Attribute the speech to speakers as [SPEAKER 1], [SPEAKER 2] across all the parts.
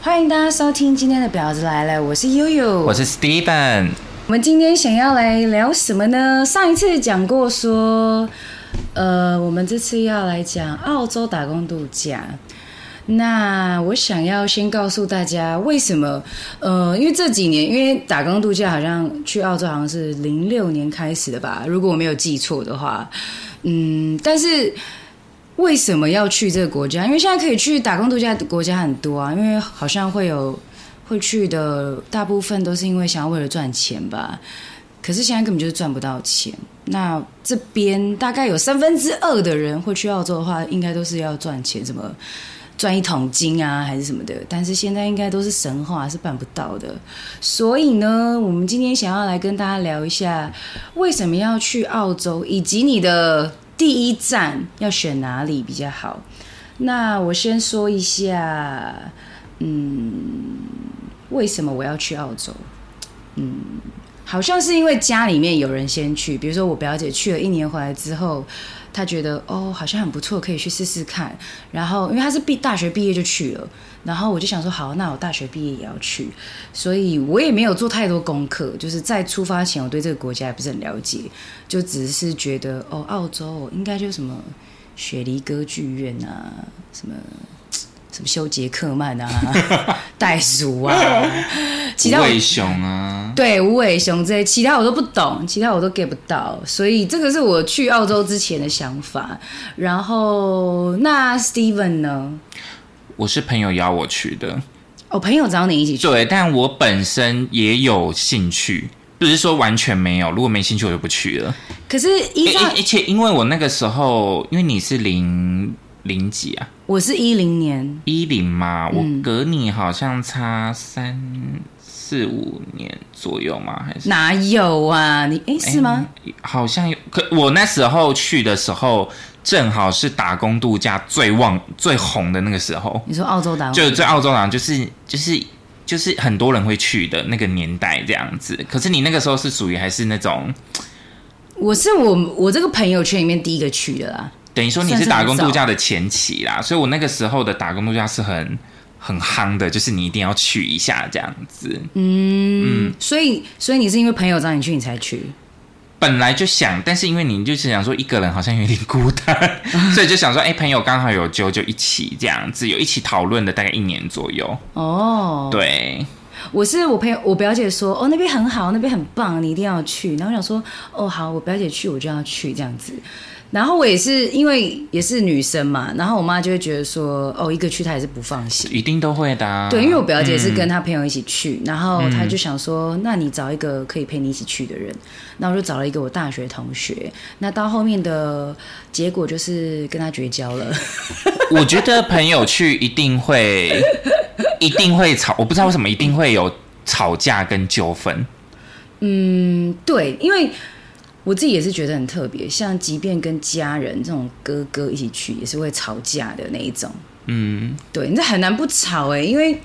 [SPEAKER 1] 欢迎大家收听今天的婊子来了，我是悠悠，
[SPEAKER 2] 我是 Steven。
[SPEAKER 1] 我们今天想要来聊什么呢？上一次讲过说，呃，我们这次要来讲澳洲打工度假。那我想要先告诉大家为什么，呃，因为这几年因为打工度假好像去澳洲好像是零六年开始的吧，如果我没有记错的话，嗯，但是为什么要去这个国家？因为现在可以去打工度假的国家很多啊，因为好像会有会去的大部分都是因为想要为了赚钱吧。可是现在根本就是赚不到钱。那这边大概有三分之二的人会去澳洲的话，应该都是要赚钱，什么赚一桶金啊，还是什么的。但是现在应该都是神话，是办不到的。所以呢，我们今天想要来跟大家聊一下，为什么要去澳洲，以及你的第一站要选哪里比较好。那我先说一下，嗯，为什么我要去澳洲？好像是因为家里面有人先去，比如说我表姐去了一年回来之后，她觉得哦好像很不错，可以去试试看。然后因为她是毕大学毕业就去了，然后我就想说好，那我大学毕业也要去，所以我也没有做太多功课，就是在出发前我对这个国家也不是很了解，就只是觉得哦澳洲应该就什么雪梨歌剧院啊，什么。什么修杰克曼啊，袋鼠啊，其他我
[SPEAKER 2] 魏雄啊，
[SPEAKER 1] 对无尾熊这些，其他我都不懂，其他我都 get 不到，所以这个是我去澳洲之前的想法。然后那 Steven 呢？
[SPEAKER 2] 我是朋友邀我去的。
[SPEAKER 1] 哦，朋友找你一起去，
[SPEAKER 2] 对，但我本身也有兴趣，不是说完全没有。如果没兴趣，我就不去了。
[SPEAKER 1] 可是依照
[SPEAKER 2] 而而且因为我那个时候，因为你是零零几啊，
[SPEAKER 1] 我是一零年，
[SPEAKER 2] 一零
[SPEAKER 1] 嗯
[SPEAKER 2] 嘛，我隔你好像差三四五年左右嘛，还是
[SPEAKER 1] 哪有啊？你哎是吗？
[SPEAKER 2] 好像有。可我那时候去的时候，正好是打工度假最旺最红的那个时候。
[SPEAKER 1] 你说澳洲打工
[SPEAKER 2] 就在澳洲好像就是就是就是很多人会去的那个年代这样子。可是你那个时候是属于还是那种，
[SPEAKER 1] 我是我我这个朋友圈里面第一个去的啦。
[SPEAKER 2] 等于说你
[SPEAKER 1] 算
[SPEAKER 2] 是
[SPEAKER 1] 是
[SPEAKER 2] 打
[SPEAKER 1] 很
[SPEAKER 2] 工
[SPEAKER 1] 早
[SPEAKER 2] 度假的前期啦，所以我那个时候的打工度假是很很夯的，就是你一定要去一下这样子。
[SPEAKER 1] 嗯，所以所以你是因为朋友找你去你才去，
[SPEAKER 2] 本来就想，但是因为你就是想说一个人好像有点孤 单，所以就想说，哎、朋友刚好有揪，就一起这样子，有一起讨论的大概一年左右。
[SPEAKER 1] 哦，
[SPEAKER 2] 对，
[SPEAKER 1] 我是我朋友，我表姐说，哦那边很好，那边很棒，你一定要去。然后我想说，哦好，我表姐去我就要去这样子。然后我也是因为也是女生嘛，然后我妈就会觉得说，哦一个去她也是不放心。
[SPEAKER 2] 一定都会的、啊。
[SPEAKER 1] 对，因为我表姐是跟她朋友一起去，然后她就想说，那你找一个可以陪你一起去的人。那我就找了一个我大学同学。那到后面的结果就是跟她绝交了。
[SPEAKER 2] 我觉得朋友去一 定会，一定会吵，我不知道为什么一定会有吵架跟纠纷。
[SPEAKER 1] 对，因为我自己也是觉得很特别，像即便跟家人这种哥哥一起去，也是会吵架的那一种。
[SPEAKER 2] 嗯，
[SPEAKER 1] 对，那很难不吵哎、因为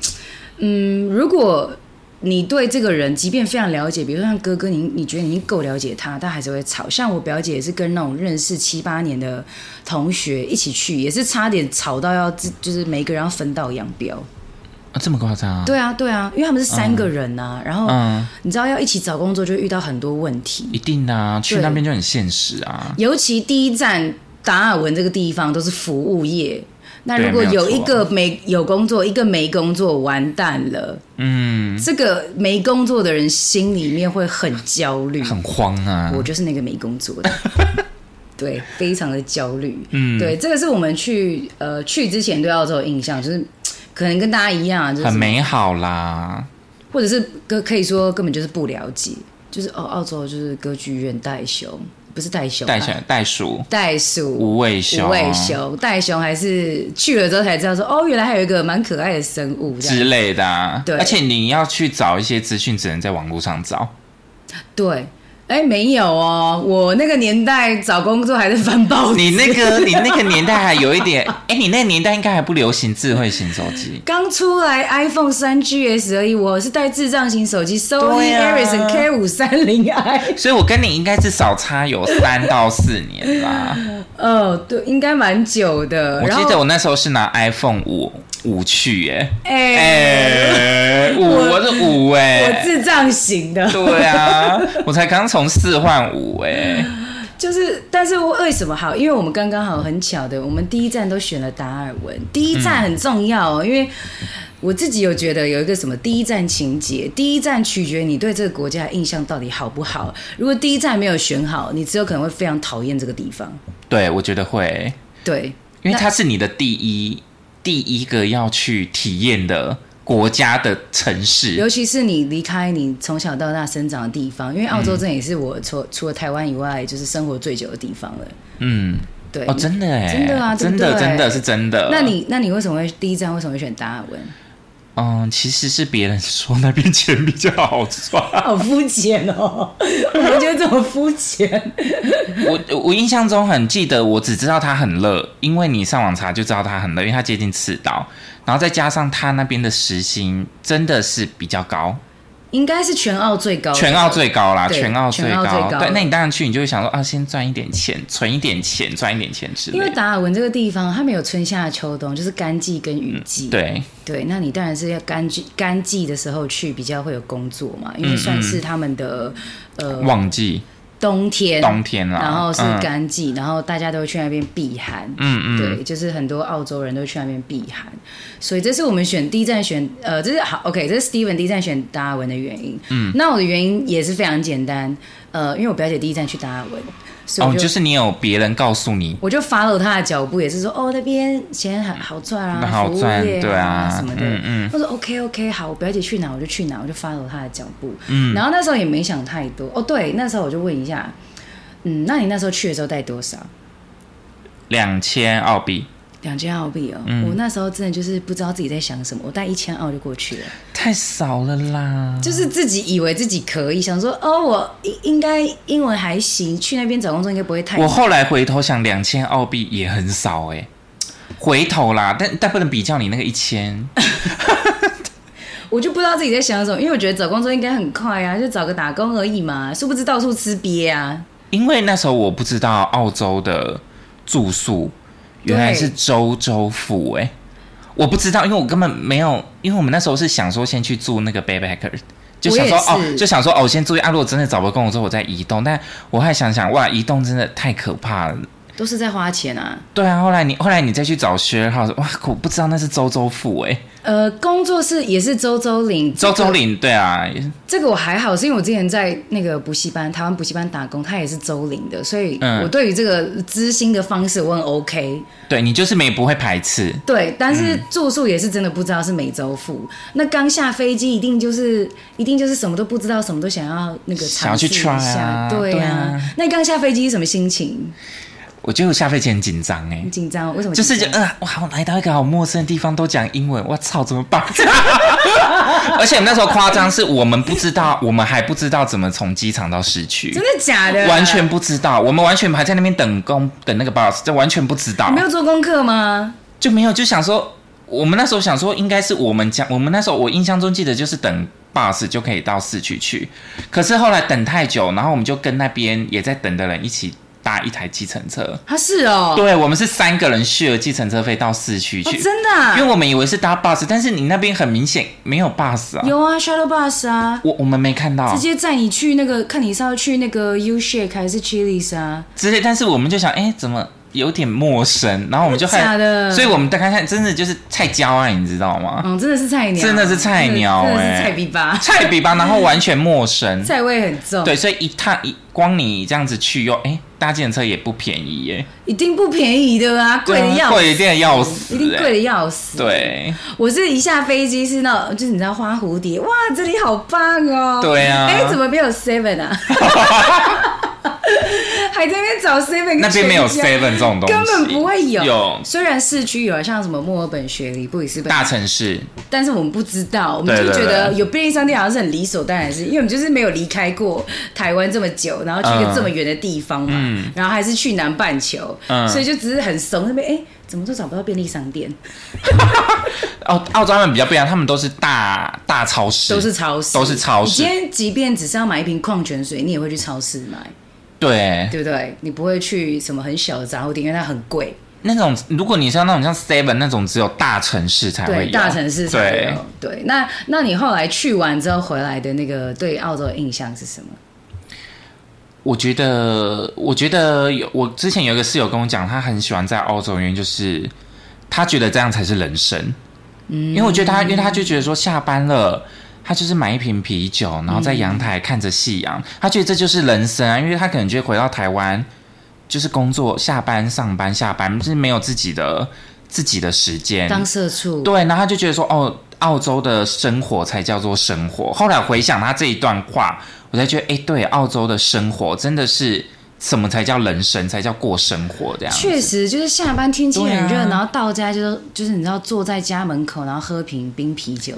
[SPEAKER 1] 嗯，如果你对这个人即便非常了解，比如说像哥哥，你你觉得你已经够了解他，但还是会吵。像我表姐也是跟那种认识七八年的同学一起去，也是差点吵到要自就是每个人要分道扬镳。
[SPEAKER 2] 啊，这么夸张、啊？，
[SPEAKER 1] 对啊，对啊，因为他们是三个人呐、然后
[SPEAKER 2] 嗯，
[SPEAKER 1] 你知道要一起找工作就会遇到很多问题。
[SPEAKER 2] 一定的、啊，去
[SPEAKER 1] 对
[SPEAKER 2] 那边就很现实啊。
[SPEAKER 1] 尤其第一站达尔文这个地方都是服务业，那如果
[SPEAKER 2] 对没有
[SPEAKER 1] 有
[SPEAKER 2] 错
[SPEAKER 1] 一个没有工作，一个没工作，完蛋了。
[SPEAKER 2] 嗯，
[SPEAKER 1] 这个没工作的人心里面会很焦虑。
[SPEAKER 2] 很慌啊。
[SPEAKER 1] 我就是那个没工 作的，对，非常的焦虑。
[SPEAKER 2] 嗯，
[SPEAKER 1] 对，这个是我们去呃去之前对澳洲的印象，就是可能跟大家一样啊，就是
[SPEAKER 2] 很美好啦。
[SPEAKER 1] 或者是可可以说根本就是不了解，就是哦，澳洲就是歌剧院袋熊，不是袋熊啊，
[SPEAKER 2] 袋小袋鼠、
[SPEAKER 1] 袋鼠
[SPEAKER 2] 无尾熊、啊
[SPEAKER 1] 无尾熊、袋熊，还是去了之后才知道说，哦，原来还有一个蛮可爱的生物这
[SPEAKER 2] 之
[SPEAKER 1] 样。
[SPEAKER 2] 类的、啊。
[SPEAKER 1] 对
[SPEAKER 2] 而且你要去找一些资讯，只能在网络上找。
[SPEAKER 1] 对，哎，没有哦，我那个年代找工作还是翻报纸，
[SPEAKER 2] 你那 个你那个年代还有一点，哎、你那个年代应该还不流行智慧型手机。
[SPEAKER 1] 刚出来 iPhone 三 GS 而已，我是带智障型手机 Sony
[SPEAKER 2] 对啊
[SPEAKER 1] Ericsson K 五三零 i，
[SPEAKER 2] 所以我跟你应该至少差有三到四年吧。
[SPEAKER 1] 哦，对，应该蛮久的。
[SPEAKER 2] 我
[SPEAKER 1] 然
[SPEAKER 2] 记
[SPEAKER 1] 后
[SPEAKER 2] 得我那时候是拿 iPhone 五舞去耶、
[SPEAKER 1] 哎、
[SPEAKER 2] 哎、舞
[SPEAKER 1] 我
[SPEAKER 2] 我是舞哎、
[SPEAKER 1] 我智障型的，
[SPEAKER 2] 对啊，我才刚从四换五哎、
[SPEAKER 1] 就是，但是为什么好？因为我们刚刚好很巧的，我们第一站都选了达尔文，第一站很重要哦，因为我自己有觉得有一个什么第一站情节，第一站取决你对这个国家的印象到底好不好。如果第一站没有选好，你只有可能会非常讨厌这个地方。
[SPEAKER 2] 对我觉得会，
[SPEAKER 1] 对，
[SPEAKER 2] 因为它是你的第一第一个要去体验的国家的城市，
[SPEAKER 1] 尤其是你离开你从小到大生长的地方，因为澳洲这也是我除、除了台湾以外，就是生活最久的地方了。
[SPEAKER 2] 嗯，
[SPEAKER 1] 对，
[SPEAKER 2] 哦，真的哎、
[SPEAKER 1] 真的啊对
[SPEAKER 2] 真
[SPEAKER 1] 不
[SPEAKER 2] 的
[SPEAKER 1] 对
[SPEAKER 2] 真的是真的。
[SPEAKER 1] 那你那你为什么会第一站为什么会选达尔文？
[SPEAKER 2] 嗯，其实是别人说那边钱比较好赚。
[SPEAKER 1] 好肤浅哦，我们觉得这么肤浅。
[SPEAKER 2] 我我印象中很记得，我只知道它很热，因为你上网查就知道它很热，因为它接近赤道，然后再加上它那边的时薪真的是比较高，
[SPEAKER 1] 应该是全澳最高的，
[SPEAKER 2] 全澳最高啦，
[SPEAKER 1] 对
[SPEAKER 2] 全澳最
[SPEAKER 1] 全澳最高
[SPEAKER 2] 对，那你当然去，你就会想说啊，先赚一点钱，存一点钱，赚一点钱之类
[SPEAKER 1] 因为
[SPEAKER 2] 的。
[SPEAKER 1] 达尔文这个地方，它没有春夏秋冬，就是干季跟雨季。
[SPEAKER 2] 对，
[SPEAKER 1] 对那你当然是要干季干季的时候去，比较会有工作嘛，
[SPEAKER 2] 嗯
[SPEAKER 1] 因为算是他们的、呃
[SPEAKER 2] 旺季
[SPEAKER 1] 冬天，
[SPEAKER 2] 冬天啦，
[SPEAKER 1] 然后是
[SPEAKER 2] 嗯
[SPEAKER 1] 干季，然后大家都会去那边避寒。
[SPEAKER 2] 嗯嗯，
[SPEAKER 1] 对，就是很多澳洲人都去那边避寒，所以这是我们选第一站选呃，这是好 OK，这是 Steven 第一站选达尔文的原因。嗯，那我的原因也是非常简单，呃，因为我表姐第一站去达尔文，所以
[SPEAKER 2] 哦
[SPEAKER 1] 我，就、
[SPEAKER 2] 就是你有别人告诉你，
[SPEAKER 1] 我就 follow 她的脚步，也是说哦那边钱很好赚啊，
[SPEAKER 2] 那好
[SPEAKER 1] 服务
[SPEAKER 2] 赚，
[SPEAKER 1] 业
[SPEAKER 2] 对
[SPEAKER 1] 啊
[SPEAKER 2] 啊，
[SPEAKER 1] 什么的。
[SPEAKER 2] 嗯嗯，
[SPEAKER 1] 我说 OK OK 好，我表姐去哪我就去哪，我就 follow 她的脚步。嗯，然后那时候也没想太多。哦，对，那时候我就问一下，嗯，那你那时候去的时候带多少？
[SPEAKER 2] 两千澳币，
[SPEAKER 1] 两千澳币哦，
[SPEAKER 2] 嗯
[SPEAKER 1] 我那时候真的就是不知道自己在想什么，我带一千澳就过去了，
[SPEAKER 2] 太少了啦。
[SPEAKER 1] 就是自己以为自己可以，想说哦，我应应该英文还行，去那边找工作应该不会太
[SPEAKER 2] 我后来回头想，两千澳币也很少哎、回头啦，但但不能比较你那个 一千，
[SPEAKER 1] 我就不知道自己在想什么，因为我觉得找工作应该很快啊，就找个打工而已嘛，殊不知到处吃瘪啊，
[SPEAKER 2] 因为那时候我不知道澳洲的住宿原来是周周付哎、我不知道，因为我根本没有，因为我们那时候是想说先去住那个 backpacker，就想说
[SPEAKER 1] 我也是
[SPEAKER 2] 哦，就想说哦，我先住一啊，如果真的找不到工作之后我再移动，但我还想想哇，移动真的太可怕了。
[SPEAKER 1] 都是在花钱啊。
[SPEAKER 2] 对啊，后来你后来你再去找 share house，哇，我不知道那是周周付哎、
[SPEAKER 1] 呃，工作是也是周周领，
[SPEAKER 2] 周周
[SPEAKER 1] 这个
[SPEAKER 2] 领对啊，
[SPEAKER 1] 这个我还好，是因为我之前在那个补习班，台湾补习班打工，他也是周领的，所以
[SPEAKER 2] 嗯
[SPEAKER 1] 我对于这个知心的方式我很 OK。
[SPEAKER 2] 对你就是没不会排斥，
[SPEAKER 1] 对，但
[SPEAKER 2] 嗯
[SPEAKER 1] 是住宿也是真的不知道是每周付。那刚下飞机一定就是一定就是什么都不知道，什么都想要那个
[SPEAKER 2] 想
[SPEAKER 1] 尝
[SPEAKER 2] 要
[SPEAKER 1] 试
[SPEAKER 2] 去
[SPEAKER 1] 一
[SPEAKER 2] try
[SPEAKER 1] 下，
[SPEAKER 2] 啊
[SPEAKER 1] 对
[SPEAKER 2] 对
[SPEAKER 1] 呀、
[SPEAKER 2] 啊
[SPEAKER 1] 那你刚下飞机什么心情？
[SPEAKER 2] 我觉得我下飞机很紧张哎
[SPEAKER 1] 很，紧张哦？为什么
[SPEAKER 2] 就
[SPEAKER 1] 紧
[SPEAKER 2] 是
[SPEAKER 1] 张？
[SPEAKER 2] 就嗯、呃，哇，我来到一个好陌生的地方，都讲英文，我操，怎么办？ 而且我们那时候夸张，是我们不知道，我们还不知道怎么从机场到市区
[SPEAKER 1] 真，的假的？
[SPEAKER 2] 完全不知道，我们完全还在那边等公等那个 bus，这完全不知道
[SPEAKER 1] 你没，有做功课吗？
[SPEAKER 2] 就没有就想说，我们那时候想说应该是我们家，我们那时候我印象中记得就是等 bus 就可以到市区去，可是后来等太久，然后我们就跟那边也在等的人一起搭一台计程车。
[SPEAKER 1] 他、是哦，
[SPEAKER 2] 对，我们是三个人续了计程车费到市区
[SPEAKER 1] 哦
[SPEAKER 2] 去，
[SPEAKER 1] 真的啊、
[SPEAKER 2] 因为我们以为是搭 bus，但是你那边很明显没有 bus 啊，
[SPEAKER 1] 有啊，shuttle bus 啊。
[SPEAKER 2] 我我们没看到
[SPEAKER 1] 直接载你去那个，看你是要去那个 U Shake 还是 Chili's 啊？
[SPEAKER 2] 之类，但是我们就想，哎、怎么有点陌生？然后我们就
[SPEAKER 1] 真的假
[SPEAKER 2] 看，
[SPEAKER 1] 的
[SPEAKER 2] 所以我们大概看，真的就是菜椒啊，你知道吗？
[SPEAKER 1] 嗯，真的是菜鸟，
[SPEAKER 2] 真的是菜鸟
[SPEAKER 1] 真的真的是
[SPEAKER 2] 欸
[SPEAKER 1] 菜逼 吧，
[SPEAKER 2] 菜比吧，然后完全陌生，
[SPEAKER 1] 菜味很重，
[SPEAKER 2] 对，所以一趟一光你这样子去又，哎、搭计程车也不便宜耶，
[SPEAKER 1] 一定不便宜的啊，贵的要死
[SPEAKER 2] 贵一定要死，
[SPEAKER 1] 一定贵
[SPEAKER 2] 哎
[SPEAKER 1] 的要死。，
[SPEAKER 2] 对，
[SPEAKER 1] 我是一下飞机是那种，就是你知道花蝴蝶，哇，这里好棒哦。
[SPEAKER 2] 对啊
[SPEAKER 1] 哎、怎么没有 Seven 啊？还在那边找 Seven，
[SPEAKER 2] 那边没有 seven 这种东西，
[SPEAKER 1] 根本不会有。
[SPEAKER 2] 有
[SPEAKER 1] 虽然市区有啊像什么墨尔本、雪梨、布里斯本，
[SPEAKER 2] 大城市，
[SPEAKER 1] 但是我们不知道，我们
[SPEAKER 2] 对
[SPEAKER 1] 就觉
[SPEAKER 2] 对
[SPEAKER 1] 得
[SPEAKER 2] 对
[SPEAKER 1] 有便利商店好像是很理所当然的事，因为我们就是没有离开过台湾这么久，然后去一个
[SPEAKER 2] 嗯
[SPEAKER 1] 这么远的地方嘛，然后还是去南半球，
[SPEAKER 2] 嗯
[SPEAKER 1] 所以就只是很怂那边，哎、怎么都找不到便利商店，
[SPEAKER 2] 澳哦澳洲他们比较不一样，他们都是大大超市，
[SPEAKER 1] 都是超市，
[SPEAKER 2] 都是超市
[SPEAKER 1] 你今天即便只是要买一瓶矿泉水，你也会去超市买，
[SPEAKER 2] 对
[SPEAKER 1] 对不对？你不会去什么很小的杂货店，因为它很贵。
[SPEAKER 2] 那种，如果你是要那种像 Seven 那种，只有大城市才会
[SPEAKER 1] 对，
[SPEAKER 2] 有，
[SPEAKER 1] 大城市才
[SPEAKER 2] 对
[SPEAKER 1] 有。对，那那你后来去完之后回来的那个对澳洲的印象是什么？
[SPEAKER 2] 嗯我觉得，我觉得有我之前有一个室友跟我讲，他很喜欢在澳洲，原因就是他觉得这样才是人生。嗯，因为我觉得他，因为他就觉得说下班了，他就是买一瓶啤酒，然后在阳台看着夕阳，他觉得这就是人生啊。因为他可能觉得回到台湾就是工作，下班上班下班，就是没有自己的自己的时间，
[SPEAKER 1] 当社畜，
[SPEAKER 2] 对，然后他就觉得说，哦，澳洲的生活才叫做生活。后来回想他这一段话，我才觉得，哎，对，澳洲的生活真的是什么才叫人生，才叫过生活这样子。
[SPEAKER 1] 确实就是下班天气很热，
[SPEAKER 2] 对啊
[SPEAKER 1] 然后到家就就是你知道坐在家门口，然后喝瓶冰啤酒，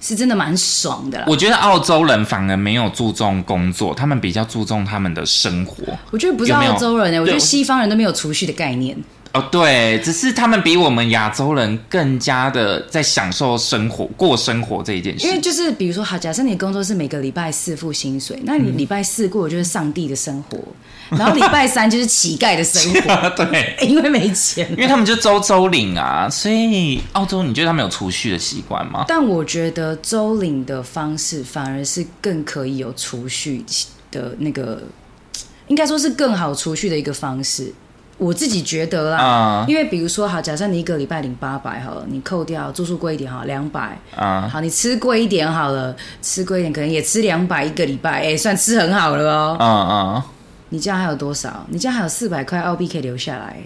[SPEAKER 1] 是真的蛮爽的啦。我
[SPEAKER 2] 我觉得澳洲人反而没有注重工作，他们比较注重他们的生活。
[SPEAKER 1] 觉得不是
[SPEAKER 2] 有没有
[SPEAKER 1] 澳洲人欸呢、我觉得
[SPEAKER 2] 对
[SPEAKER 1] 西方人都没有储蓄的概念。
[SPEAKER 2] 哦，对，只是他们比我们亚洲人更加的在享受生活、过生活这一件事
[SPEAKER 1] 因。为就是比如说，好，假设你的工作是每个礼拜四付薪水，那
[SPEAKER 2] 嗯
[SPEAKER 1] 你礼拜四过的就是上帝的生活，然后礼拜三就是乞丐的生 活，
[SPEAKER 2] 对，
[SPEAKER 1] 因为没钱。
[SPEAKER 2] 因为他们就周周领啊，所以澳洲，你觉得他们有储蓄的习惯吗？
[SPEAKER 1] 但我觉得周领的方式反而是更可以有储蓄的那个，应该说是更好储蓄的一个方式。我自己觉得啦，
[SPEAKER 2] 啊、
[SPEAKER 1] 因为比如说，好，假设你一个礼拜领八百好了，你扣掉住宿贵一点好两百
[SPEAKER 2] 啊、
[SPEAKER 1] 好，你吃贵一点好了，吃贵一点可能也吃两百一个礼拜，哎、算吃很好了哦。
[SPEAKER 2] 嗯嗯，
[SPEAKER 1] 你这样还有多少？你这样还有四百块澳币可以留下来。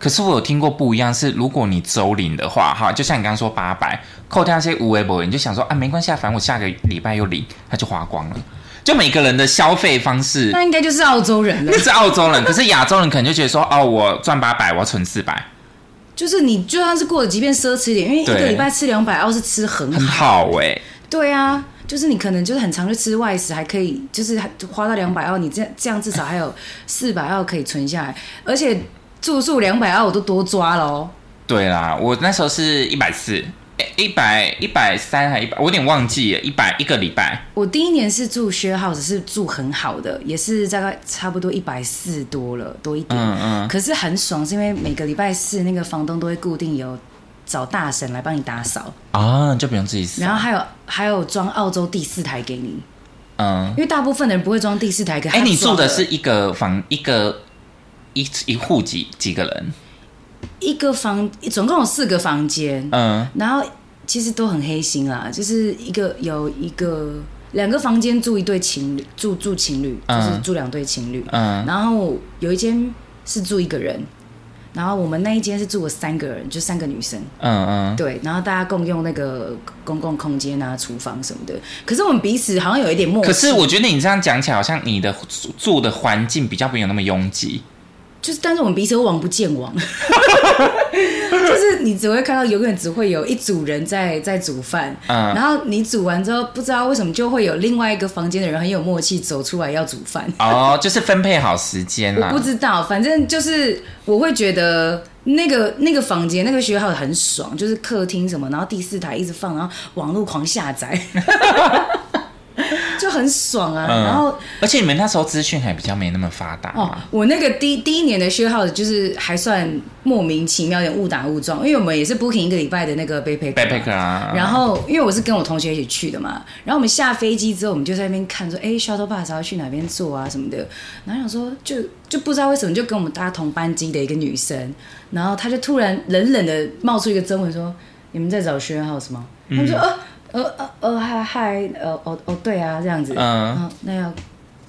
[SPEAKER 2] 可是我有听过不一样，是如果你周领的话，哈，就像你刚刚说八百，扣掉那些无微不微，你就想说啊，没关系啊，反正我下个礼拜又领，它就花光了。 就每个人的消费方式
[SPEAKER 1] 那应该就是澳洲人了
[SPEAKER 2] 这，是澳洲人，可是亚洲人可能就觉得说，哦，我赚八百，我要存四百，
[SPEAKER 1] 就是你就算是过得即便奢侈一点，因为一个
[SPEAKER 2] 对
[SPEAKER 1] 礼拜吃两百澳是吃很
[SPEAKER 2] 很
[SPEAKER 1] 好。
[SPEAKER 2] 好哎、
[SPEAKER 1] 对啊，就是你可能就是很常去吃外食，还可以就是还花到两百澳，你这这样至少还有四百澳可以存下来，而且住宿两百澳我都多抓了哦。
[SPEAKER 2] 对啦，我那时候是一百四，欸一百一百三还一百，我有点忘记了，一百一个礼拜。
[SPEAKER 1] 我第一年是住 share house，是住很好的，也是大概差不多一百四多了多一点，
[SPEAKER 2] 嗯嗯
[SPEAKER 1] 可是很爽，是因为每个礼拜四那个房东都会固定有找大神来帮你打扫，
[SPEAKER 2] 啊，就不用自己扫
[SPEAKER 1] 然。后还有还有装澳洲第四台给你，
[SPEAKER 2] 嗯，
[SPEAKER 1] 因为大部分的人不会装第四台给。
[SPEAKER 2] 哎、你住的
[SPEAKER 1] 他装了
[SPEAKER 2] 是一个房，一个一一户几几个人？
[SPEAKER 1] 一个房，总共有四个房间，
[SPEAKER 2] 嗯，
[SPEAKER 1] 然后其实都很黑心啦，就是一个有一个两个房间住一对情侣，住住情侣，就是
[SPEAKER 2] 嗯
[SPEAKER 1] 住两对情侣，
[SPEAKER 2] 嗯
[SPEAKER 1] 然后有一间是住一个人，然后我们那一间是住了三个人，就三个女生，
[SPEAKER 2] 嗯嗯，
[SPEAKER 1] 对，然后大家共用那个公共空间啊、厨房什么的，可是我们彼此好像有一点默契，
[SPEAKER 2] 可是我觉得你这样讲起来，好像你的住住的环境比较没有那么拥挤。
[SPEAKER 1] 就是，但是我们彼此又王不见王， 就是你只会看到永远只会有一组人在在煮饭，
[SPEAKER 2] 嗯
[SPEAKER 1] 然后你煮完之后，不知道为什么就会有另外一个房间的人很有默契走出来要煮饭，
[SPEAKER 2] 哦，就是分配好时间啦
[SPEAKER 1] 不。知道，反正就是我会觉得那个那个房间那个学校很爽，就是客厅什么，然后第四台一直放，然后网络狂下载， 就很爽啊，
[SPEAKER 2] 嗯
[SPEAKER 1] 然后。
[SPEAKER 2] 而且你们那时候资讯还比较没那么发达
[SPEAKER 1] 哦
[SPEAKER 2] 嘛。，
[SPEAKER 1] 我那个第第一年的 share house 就是还算莫名其妙，有点误打误撞，因为我们也是 booking 一个礼拜的那个 backpack 嘛
[SPEAKER 2] backpack 啊，
[SPEAKER 1] 然后因为我是跟我同学一起去的嘛，然后我们下飞机之后，我们就在那边看说，哎，shuttle bus 要去哪边坐啊什么的，然后想说就就不知道为什么就跟我们搭同班机的一个女生，然后她就突然冷冷的冒出一个中文说，你们在找 share house 吗？他们说
[SPEAKER 2] 嗯
[SPEAKER 1] 呃呃呃呃嗨嗨呃哦哦对啊这样子，
[SPEAKER 2] 嗯
[SPEAKER 1] 嗯，那要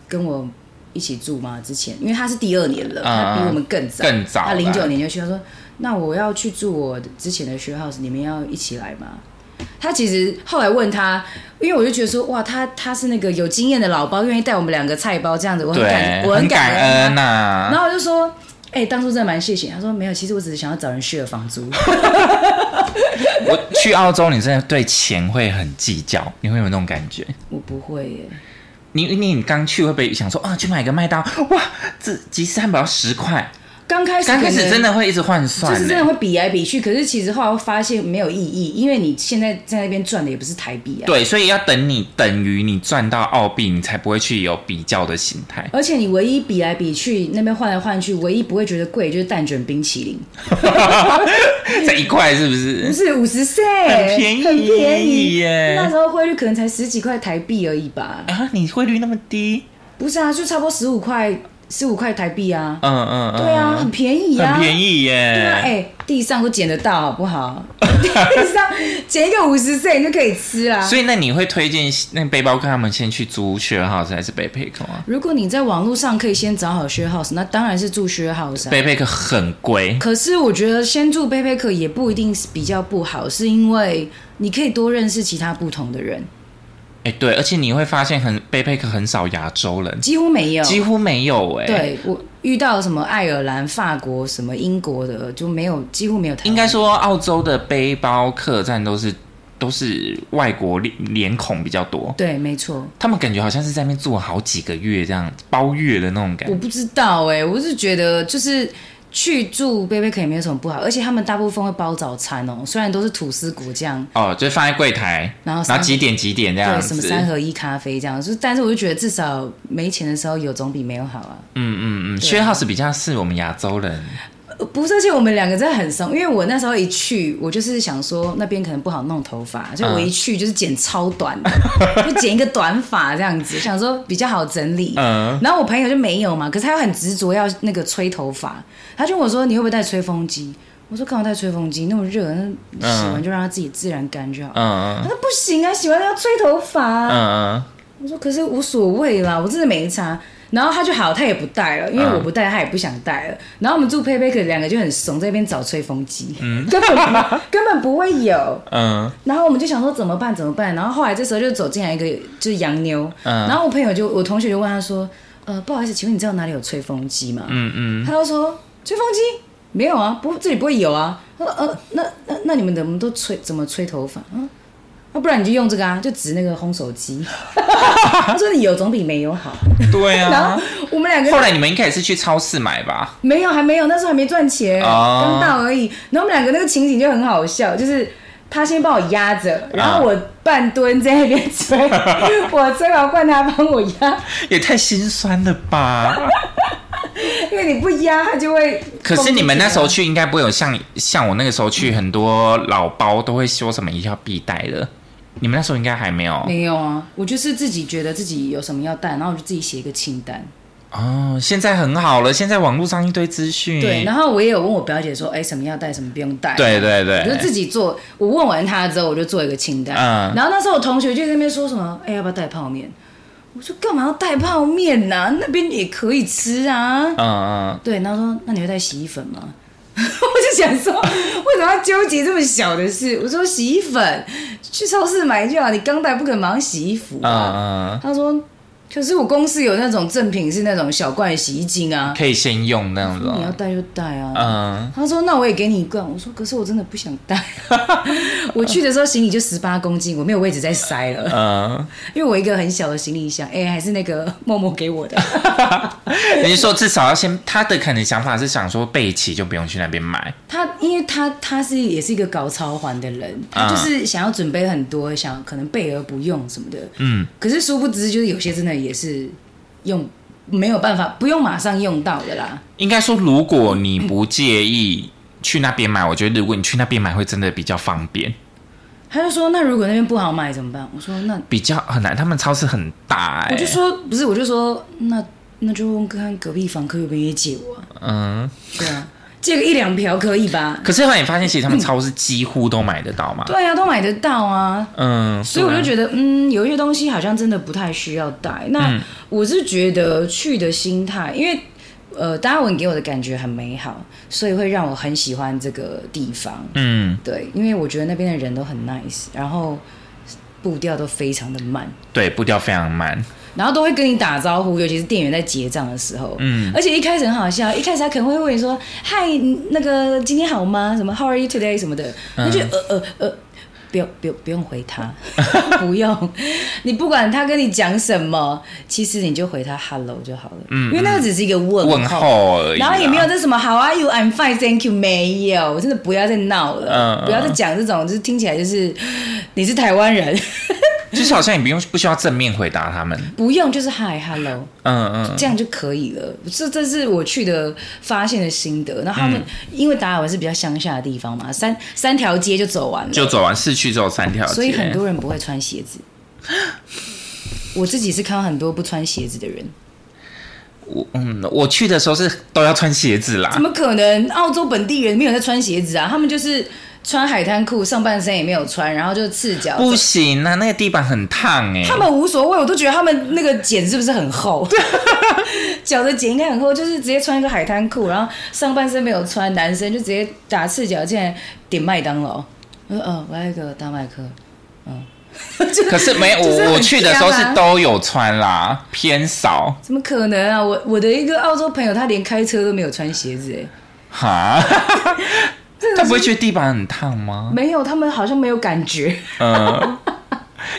[SPEAKER 1] 跟我。一起住吗？之前，因为她是第二年了，
[SPEAKER 2] 嗯
[SPEAKER 1] 她比我们更早，
[SPEAKER 2] 更早
[SPEAKER 1] 她
[SPEAKER 2] 啦
[SPEAKER 1] 零九年就去。她说：“那我要去住我之前的学 house，你们要一起来吗？”他其实后来问他，因为我就觉得说，哇，他他是那个有经验的老包，愿意带我们两个菜包这样子，我很感，
[SPEAKER 2] 对，
[SPEAKER 1] 我
[SPEAKER 2] 很
[SPEAKER 1] 感
[SPEAKER 2] 感恩
[SPEAKER 1] 啊。
[SPEAKER 2] 呐、
[SPEAKER 1] 然后我就说，哎、当初真的蛮谢谢。他说没有，其实我只是想要找人 share 房租。
[SPEAKER 2] 我去澳洲，你真的对钱会很计较，你会有那种感觉。
[SPEAKER 1] 我不会耶，
[SPEAKER 2] 你你你刚去会不会想说啊，去买个麦当哇，这吉士汉堡要十块，
[SPEAKER 1] 刚开始
[SPEAKER 2] 刚开
[SPEAKER 1] 可
[SPEAKER 2] 始
[SPEAKER 1] 能
[SPEAKER 2] 真的会一直换算、
[SPEAKER 1] 就
[SPEAKER 2] 欸，
[SPEAKER 1] 是真的会比来比去，可是其实后来会发现没有意义，因为你现在在那边赚的也不是台币啊。
[SPEAKER 2] 对，所以要等你等于你赚到澳币，你才不会去有比较的心态。
[SPEAKER 1] 而且你唯一比来比去，那边换来换去，唯一不会觉得贵就是蛋卷冰淇淋，
[SPEAKER 2] 才一块是不
[SPEAKER 1] 不
[SPEAKER 2] 是？
[SPEAKER 1] 是五十 c
[SPEAKER 2] 很便宜
[SPEAKER 1] 很便宜
[SPEAKER 2] 耶
[SPEAKER 1] 那时候汇率可能才十几块台币而已吧？
[SPEAKER 2] 啊，你汇率那么低？
[SPEAKER 1] 不是啊，就差不多十五块，十五块台币啊。
[SPEAKER 2] 嗯嗯嗯，
[SPEAKER 1] 对啊，很便宜啊，
[SPEAKER 2] 很便。宜
[SPEAKER 1] 对啊，哎、
[SPEAKER 2] 耶。
[SPEAKER 1] 地上都捡得到，好不好？ 地上捡一个五十 c 你就可以吃啦。
[SPEAKER 2] 所以那你会推荐那背包客他们先去租 share house 还是背背客啊？
[SPEAKER 1] 如果你在网络上可以先找好 share house，那当然是住 share house 啊。
[SPEAKER 2] 背背客很贵，
[SPEAKER 1] 可是我觉得先住背背客也不一定是比较不好，是因为你可以多认识其他不同的人，
[SPEAKER 2] 哎、对，而且你会发现很背背客很少亚洲人，
[SPEAKER 1] 几乎没有。
[SPEAKER 2] 几乎没有哎、，
[SPEAKER 1] 对我遇到什么爱尔兰、法国、什么英国的就没有，几乎没有台湾。
[SPEAKER 2] 应该说澳洲的背包客栈都是都是外国脸脸孔比较多。
[SPEAKER 1] 对，没错。
[SPEAKER 2] 他们感觉好像是在那边住了好几个月，这样包月的那种感
[SPEAKER 1] 我
[SPEAKER 2] 觉。
[SPEAKER 1] 不知道哎、我是觉得就是去住背背客也没有什么不好，而且他们大部分会包早餐哦，虽然都是吐司果酱，
[SPEAKER 2] 哦，就是放在柜台，
[SPEAKER 1] 然后
[SPEAKER 2] 然
[SPEAKER 1] 哦三
[SPEAKER 2] 后几点几点这样
[SPEAKER 1] 对什
[SPEAKER 2] 子。
[SPEAKER 1] 么三合一咖啡这样，就是但是我就觉得至少没钱的时候有总比没有好啊。
[SPEAKER 2] 嗯嗯嗯，
[SPEAKER 1] 对
[SPEAKER 2] 薛浩是比较是我们亚洲人，
[SPEAKER 1] 不是，而且我们两个真的很怂，因为我那时候一去，我就是想说那边可能不好弄头发，所以我一去就是剪超短的， 就剪一个短发这样子，想说比较好整理。
[SPEAKER 2] 嗯，
[SPEAKER 1] 然后我朋友就没有嘛，可是他又很执着要那个吹头发，他就问我说：“你会不会带吹风机？”我说：“干嘛带吹风机？那么热，那洗完就让它自己自然干就好。
[SPEAKER 2] 嗯
[SPEAKER 1] 他
[SPEAKER 2] 嗯
[SPEAKER 1] 说：“不行啊，洗完了要吹头发、啊。
[SPEAKER 2] 嗯
[SPEAKER 1] 我说可是无所谓啦，我真的没差。然后他就好，他也不带了，因为
[SPEAKER 2] 嗯
[SPEAKER 1] 我不带，他也不想带了。然后我们住佩佩克两个就很怂，在那边找吹风机，根本不根本不会有。
[SPEAKER 2] 嗯
[SPEAKER 1] 然后我们就想说怎么办怎么办。然后后来这时候就走进来一个就是洋妞，
[SPEAKER 2] 嗯
[SPEAKER 1] 然后我朋友就我同学就问他说，呃，不好意思，请问你知道哪里有吹风机吗？
[SPEAKER 2] 嗯嗯，
[SPEAKER 1] 他就说吹风机没有啊，不这里不会有啊。他说呃，那那那你们怎么都吹怎么吹头发？嗯，那、不然你就用这个啊，就指那个烘手机。 他说你有总比没有好。
[SPEAKER 2] 对
[SPEAKER 1] 然
[SPEAKER 2] 啊
[SPEAKER 1] 后。我们两个
[SPEAKER 2] 后来你们应该也是去超市买吧？
[SPEAKER 1] 没有还没有，那时候还没赚钱，
[SPEAKER 2] 哦
[SPEAKER 1] 刚到而已。然后我们两个那个情景就很好笑，就是。他先帮我压
[SPEAKER 2] 啊
[SPEAKER 1] 着，然后我半蹲在那边 吹，我吹完换他帮我压，
[SPEAKER 2] 也太心酸了吧！
[SPEAKER 1] 因为你不压他就会。
[SPEAKER 2] 可是你们那时候去，应该不会有像像我那个时候去，很多老包都会说什么一定要必带的。你们那时候应该还没有
[SPEAKER 1] 没有啊，我就是自己觉得自己有什么要带，然后我就自己写一个清单。
[SPEAKER 2] 哦，现在很好了，现在网络上一堆资讯。
[SPEAKER 1] 对，然后我也有问我表姐说，哎，什么要带，什么不用带。
[SPEAKER 2] 对对
[SPEAKER 1] 我就
[SPEAKER 2] 对，
[SPEAKER 1] 自己做。我问完她之后，我就做一个清单。
[SPEAKER 2] 哎嗯
[SPEAKER 1] 然后那时候我同学就在那边说什么，哎，要不要带泡面？我说干嘛要带泡面呢、那边也可以吃啊。
[SPEAKER 2] 嗯嗯，
[SPEAKER 1] 对，然后说那你会带洗衣粉吗？ 我就想说，为什么要纠结这么小的事？我说洗衣粉去超市买就好，你刚带不可能马上洗衣服啊。
[SPEAKER 2] 嗯
[SPEAKER 1] 他说：“可是我公司有那种赠品是那种小罐洗衣精啊
[SPEAKER 2] 嗯，，可以先用那样子
[SPEAKER 1] 你要
[SPEAKER 2] 哦。
[SPEAKER 1] 带就带啊。
[SPEAKER 2] 嗯，
[SPEAKER 1] 他说：“那我也给你一罐。”我说：“可是我真的不想带。 我去的时候行李就十八公斤，我没有位置再塞了，
[SPEAKER 2] 嗯，
[SPEAKER 1] 因为我一个很小的行李箱，哎、还是那个默默给我的。 嗯
[SPEAKER 2] 也就是说至少要先，他的可能想法是想说备齐就不用去那边买，
[SPEAKER 1] 他因为他他是也是一个搞超环的人，他
[SPEAKER 2] 啊
[SPEAKER 1] 就是想要准备很多，想可能备而不用什么的。
[SPEAKER 2] 嗯，
[SPEAKER 1] 可是殊不知，就是有些真的也是用没有办法，不用马上用到的啦。
[SPEAKER 2] 应该说如果你不介意去那边买，我觉得如果你去那边买会真的比较方便，
[SPEAKER 1] 他就说：“那如果那边不好买怎么办？”我说：“那
[SPEAKER 2] 比较很难，他们超市很大
[SPEAKER 1] 我
[SPEAKER 2] 哎、
[SPEAKER 1] 就说不是，我就说那那就问看隔壁房客愿不愿意借我、啊，
[SPEAKER 2] 嗯，
[SPEAKER 1] 对啊，借个一两瓢可以吧？
[SPEAKER 2] 可是后来你发现其实他们超市几乎都买得到嘛，
[SPEAKER 1] 对啊，都买得到啊。”
[SPEAKER 2] 嗯，
[SPEAKER 1] 所以我就
[SPEAKER 2] 得
[SPEAKER 1] 觉得，嗯，有一些东西好像真的不太需要带。那我是觉得去的心态，因为呃，达尔文给我的感觉很美好，所以会让我很喜欢这个地方。
[SPEAKER 2] 嗯，
[SPEAKER 1] 对，因为我觉得那边的人都很 nice，然后步调都非常的慢，
[SPEAKER 2] 对，步调非常慢，
[SPEAKER 1] 然后都会跟你打招呼，尤其是店员在结账的时候，嗯，而且一开始很好笑，一开始他可能会问你
[SPEAKER 2] 嗯
[SPEAKER 1] 说：“嗨，那个今天好吗？什么 How are you today？” 什么的，那就呃呃呃。不用不用不用回他， 不用，你不管他跟你讲什么，其实你就回他 hello 就好了，嗯，因为那个只是一个问
[SPEAKER 2] 问候而已啊
[SPEAKER 1] 然
[SPEAKER 2] 啦，
[SPEAKER 1] 后也没有这什么 How are you? I'm fine, thank you。没有，真的不要再闹了，
[SPEAKER 2] 嗯
[SPEAKER 1] 不要再讲这种，就是听起来就是你是台湾人，
[SPEAKER 2] 就是好像也不用不需要正面回答他们，
[SPEAKER 1] 不用就是 Hi, Hello，
[SPEAKER 2] 嗯嗯，
[SPEAKER 1] 这样就可以了。这这是我去的发现的心得。然后他们、
[SPEAKER 2] 嗯
[SPEAKER 1] 因为达尔文是比较乡下的地方嘛，三三条街就走完了，
[SPEAKER 2] 就走完市区之后三条街，
[SPEAKER 1] 所以很多人不会穿鞋 子。我自己是看到很多不穿鞋子的人，
[SPEAKER 2] 我嗯，我去的时候是都要穿鞋子啦
[SPEAKER 1] 怎，么可能？澳洲本地人没有在穿鞋子啊，他们就是穿海滩裤，上半身也没有穿，然后就赤脚。
[SPEAKER 2] 不行啊，那个地板很烫哎、
[SPEAKER 1] 他们无所谓，我都觉得他们那个茧是不是很厚？ 脚的茧应该很厚，就是直接穿一个海滩裤，然后上半身没有穿，男生就直接打赤脚进来点麦当劳。我说：“哦，我要一个大麦克。”嗯， 就
[SPEAKER 2] 可是没有，
[SPEAKER 1] 就是很
[SPEAKER 2] 我我去的时候是
[SPEAKER 1] 瞎啊
[SPEAKER 2] 都有穿啦，偏少
[SPEAKER 1] 怎么可能啊？我我的一个澳洲朋友，他连开车都没有穿鞋子、哎，
[SPEAKER 2] 哈。他不会觉得地板很烫吗？
[SPEAKER 1] 没有，他们好像没有感觉。
[SPEAKER 2] 嗯，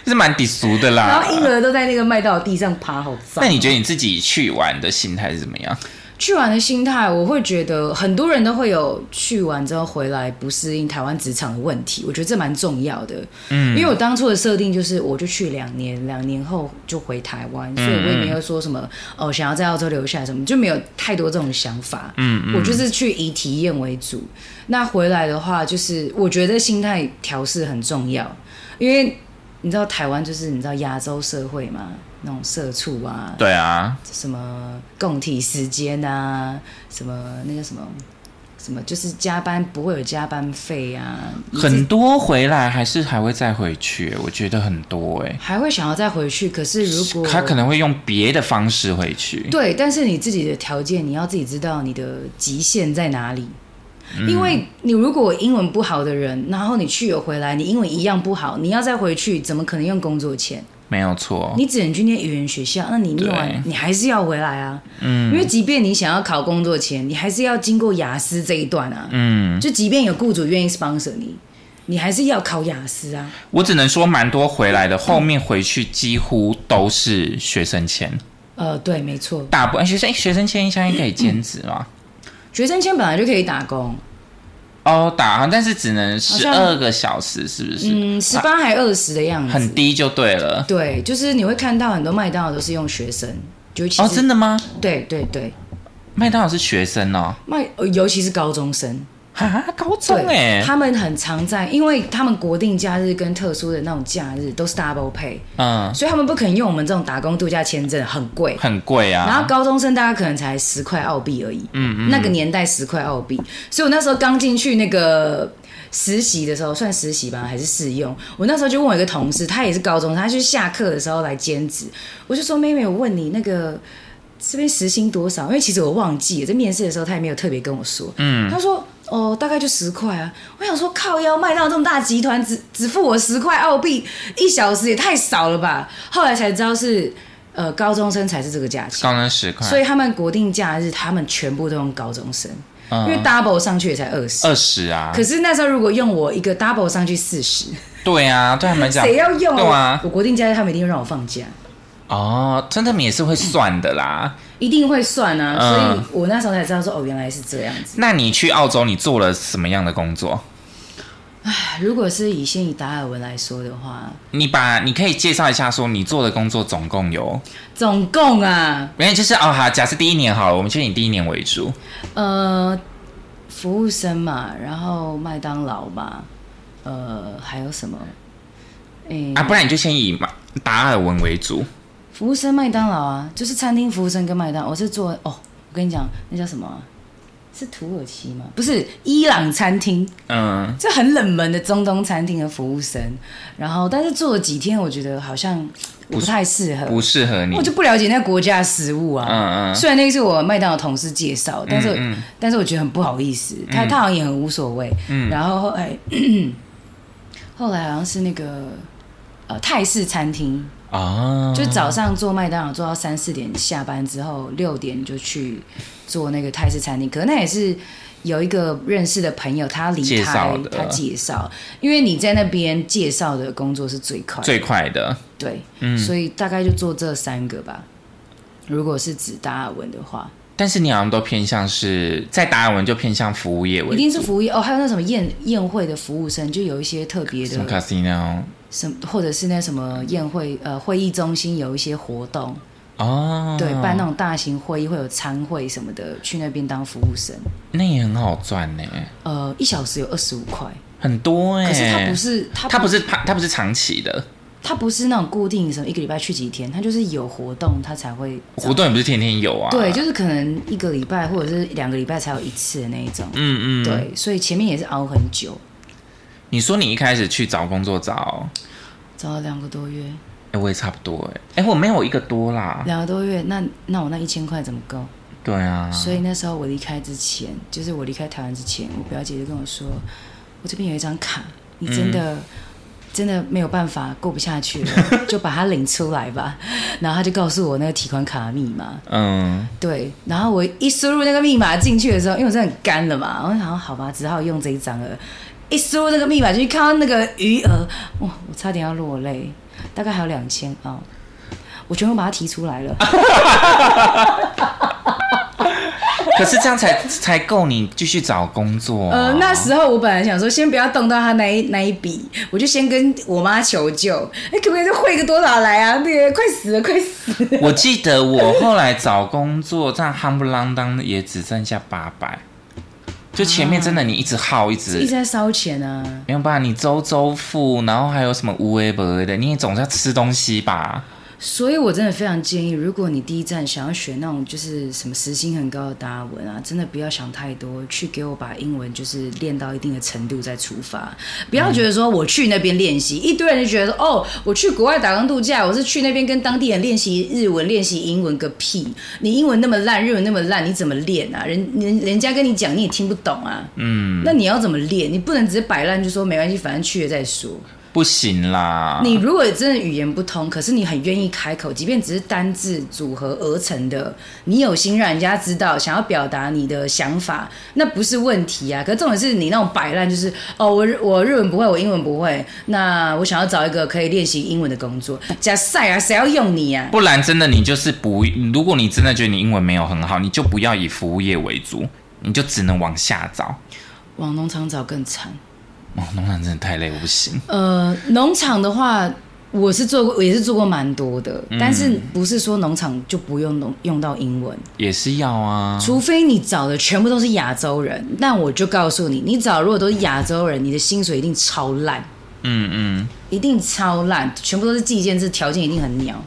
[SPEAKER 2] 就是蛮低俗的
[SPEAKER 1] 然
[SPEAKER 2] 啦
[SPEAKER 1] 后。婴儿都在那个麦当劳地上爬，好脏。
[SPEAKER 2] 啊那你觉得你自己去玩的心态是怎么样？
[SPEAKER 1] 去玩的心态，我会觉得很多人都会有去完之后回来不适应台湾职场的问题，我觉得这蛮重要的。嗯，因为我当初的设定就是，我就去两年，两年后就回台湾，所以我也没有说什么哦想要在澳洲留下来什么，就没有太多这种想法。嗯嗯，我就是去以体验为主。那回来的话，就是我觉得心态调试很重要，因为你知道台湾就是你知道亚洲社会嘛，那种社畜啊，
[SPEAKER 2] 对啊，
[SPEAKER 1] 什么供体时间啊，什么那个什么什么，就是加班不会有加班费啊，
[SPEAKER 2] 很多回来还是还会再回去，我觉得很多哎、
[SPEAKER 1] 还会想要再回去。可是如果
[SPEAKER 2] 他可能会用别的方式回去。
[SPEAKER 1] 对，但是你自己的条件，你要自己知道你的极限在哪里。
[SPEAKER 2] 嗯
[SPEAKER 1] 因为你如果英文不好的人，然后你去有回来，你英文一样不好，你要再回去，怎么可能用工作签？
[SPEAKER 2] 没有错，
[SPEAKER 1] 你只能去念语言学校，那你念
[SPEAKER 2] 哦对
[SPEAKER 1] 完你还是要回来啊。嗯，因为即便你想要考工作前，你还是要经过雅思这一段啊。嗯，就即便有雇主愿意 sponsor 你，你还是要考雅思啊。
[SPEAKER 2] 我只能说蛮多回来的，后面回去几乎都是学生签，
[SPEAKER 1] 呃，对，没错，
[SPEAKER 2] 大部分学生诶学生签相应可以兼职嘛。
[SPEAKER 1] 学生签本来就可以打工，
[SPEAKER 2] 哦，打但是只能
[SPEAKER 1] 好
[SPEAKER 2] 十
[SPEAKER 1] 像
[SPEAKER 2] 二个小时，是不是？啊
[SPEAKER 1] 嗯，十八还二十的样子。
[SPEAKER 2] 很低就对了。
[SPEAKER 1] 对，就是你会看到很多麦当劳都是用学生，尤其
[SPEAKER 2] 哦，
[SPEAKER 1] 是、
[SPEAKER 2] 真的吗？
[SPEAKER 1] 对对对，
[SPEAKER 2] 麦当劳是学生哦，
[SPEAKER 1] 麦呃尤其是高中生。
[SPEAKER 2] 哈，高中哎、
[SPEAKER 1] 对，他们很常在，因为他们国定假日跟特殊的那种假日都是 double pay，
[SPEAKER 2] 嗯，
[SPEAKER 1] 所以他们不肯用我们这种打工度假签证，很贵。
[SPEAKER 2] 很贵啊。
[SPEAKER 1] 然后高中生大概可能才十块澳币而已，嗯嗯，那个年代十块澳币，所以我那时候刚进去那个实习的时候，算实习吧还是试用，我那时候就问我一个同事，他也是高中生，他就是下课的时候来兼职，我就说妹妹，我问你那个这边时薪多少？因为其实我忘记了，在面试的时候他也没有特别跟我说，嗯，他说。哦，大概就十块啊！我想说，靠腰卖到这么大集团，只只付我十块澳币，一小时也太少了吧？后来才知道是，呃，高中生才是这个价钱。
[SPEAKER 2] 高中十块，
[SPEAKER 1] 所以他们国定假日，他们全部都用高中生，因为
[SPEAKER 2] 嗯，
[SPEAKER 1] double 上去也才二十。
[SPEAKER 2] 二十啊
[SPEAKER 1] 可，是那时候如果用我一个 double 上去四十，
[SPEAKER 2] 对啊，对他们讲，
[SPEAKER 1] 谁要用
[SPEAKER 2] 对啊，
[SPEAKER 1] 我国定假日他们一定会让我放假，
[SPEAKER 2] 哦，真的也是会算的啦。
[SPEAKER 1] 一定会算啊。
[SPEAKER 2] 嗯
[SPEAKER 1] 所以我那时候才知道说，哦，原来是这样子。
[SPEAKER 2] 那你去澳洲，你做了什么样的工作？
[SPEAKER 1] 如果是以先以达尔文来说的话，
[SPEAKER 2] 你把你可以介绍一下，说你做的工作总共有，
[SPEAKER 1] 总共啊，
[SPEAKER 2] 原来就是哦，好，假设第一年好了，我们就以第一年为主，
[SPEAKER 1] 呃，服务生嘛，然后麦当劳嘛，呃，还有什么？诶、
[SPEAKER 2] 啊，不然你就先以马达尔文为主，
[SPEAKER 1] 服务生麦当劳啊，就是餐厅服务生跟麦当劳，我是做哦，我跟你讲，那叫什么啊、是土耳其吗？不是伊朗餐厅，
[SPEAKER 2] 嗯，
[SPEAKER 1] 这很冷门的中东餐厅的服务生。然后，但是做了几天，我觉得好像我不太适合，
[SPEAKER 2] 不适合你
[SPEAKER 1] 我，就不了解那国家的食物啊。
[SPEAKER 2] 嗯嗯
[SPEAKER 1] 虽然那是我麦当劳同事介绍，但是、
[SPEAKER 2] 嗯
[SPEAKER 1] 但是我觉得很不好意思，他、他好像也很无所谓。
[SPEAKER 2] 嗯
[SPEAKER 1] 然后后来 后来好像是那个呃泰式餐厅，
[SPEAKER 2] 哦，
[SPEAKER 1] 就早上做麦当劳做到三四点，下班之后六点就去做那个泰式餐厅，可能那也是有一个认识的朋友，他离
[SPEAKER 2] 介
[SPEAKER 1] 开
[SPEAKER 2] 绍的
[SPEAKER 1] 他介绍，因为你在那边介绍的工作是最快的，
[SPEAKER 2] 最嗯快的，
[SPEAKER 1] 对，所以大概就做这三个吧。如果是指达尔文的话，
[SPEAKER 2] 但是你好像都偏向是在达尔文就偏向服务业为主，
[SPEAKER 1] 一定是服务业哦，还有那什么宴宴会的服务生，就有一些特别
[SPEAKER 2] 什么
[SPEAKER 1] 的
[SPEAKER 2] casino
[SPEAKER 1] 什么，或者是那什么宴会呃会议中心有一些活动，
[SPEAKER 2] 哦，
[SPEAKER 1] 对，办那种大型会议会有餐会什么的，去那边当服务生，
[SPEAKER 2] 那也很好赚呢、
[SPEAKER 1] 呃，一小时有二十五块，
[SPEAKER 2] 很多哎、
[SPEAKER 1] 可是它不是它
[SPEAKER 2] 它不是它它不是长期的，
[SPEAKER 1] 它不是那种固定什么一个礼拜去几天，它就是有活动它才会
[SPEAKER 2] 活动也不是天天有啊，
[SPEAKER 1] 对，就是可能一个礼拜或者是两个礼拜才有一次的那一种。
[SPEAKER 2] 嗯嗯，。
[SPEAKER 1] 对，所以前面也是熬很久，
[SPEAKER 2] 你说你一开始去找工作找，
[SPEAKER 1] 找了两个多月，
[SPEAKER 2] 哎、我也差不多哎、哎、我没有一个多啦，
[SPEAKER 1] 两个多月，那那我那一千块怎么够？
[SPEAKER 2] 对啊，
[SPEAKER 1] 所以那时候我离开之前，就是我离开台湾之前，我表姐就跟我说，我这边有一张卡，你真的、真的没有办法过不下去了， 就把它领出来吧。然后她就告诉我那个提款卡的密码，
[SPEAKER 2] 嗯，
[SPEAKER 1] 对，然后我一输入那个密码进去的时候，因为我真的很干了嘛，我想说好吧，只好用这一张了。一输入那个密码进去，看到那个余额，哇，我差点要落泪，大概还有两千啊，我全部把它提出来了。
[SPEAKER 2] 可是这样才才够你继续找工作、
[SPEAKER 1] 呃，那时候我本来想说，先不要动到他那一那一笔，我就先跟我妈求救，哎、可不可以再汇个多少来啊？那个快死了，快死了！
[SPEAKER 2] 我记得我后来找工作，这样夯不啷当的也只剩下八百，就前面真的你一直耗，一直、
[SPEAKER 1] 一直在烧钱啊。
[SPEAKER 2] 没有办法，你周周付，然后还有什么无微博的，你也总是要吃东西吧？
[SPEAKER 1] 所以，我真的非常建议，如果你第一站想要选那种就是什么时薪很高的达尔文啊，真的不要想太多，去给我把英文就是练到一定的程度再出发，不要觉得说我去那边练习，一堆人就觉得说哦，我去国外打工度假，我是去那边跟当地人练习日文、练习英文个屁！你英文那么烂，日文那么烂，你怎么练啊？人人人家跟你讲你也听不懂啊，嗯，那你要怎么练？你不能只是摆烂就说没关系，反正去了再说。
[SPEAKER 2] 不行啦，
[SPEAKER 1] 你如果真的语言不通，可是你很愿意开口，即便只是单字组合而成的，你有心让人家知道，想要表达你的想法，那不是问题啊。可是重点是你那种摆烂，就是哦，我日我日文不会，我英文不会，那我想要找一个可以练习英文的工作。假赛啊，谁要用你啊？
[SPEAKER 2] 不然真的你就是不，如果你真的觉得你英文没有很好，你就不要以服务业为主，你就只能往下找。
[SPEAKER 1] 往农场找更惨。
[SPEAKER 2] 哦，农场真的太累，我不行。
[SPEAKER 1] 呃，农场的话，我是做过，也是做过蛮多的，但是不是说农场就不用农用到英文。
[SPEAKER 2] 也是要啊，
[SPEAKER 1] 除非你找的全部都是亚洲人，那我就告诉你，你找如果都是亚洲人，你的薪水一定超烂，
[SPEAKER 2] 嗯嗯，
[SPEAKER 1] 一定超烂，全部都是计件制，条件一定很鸟。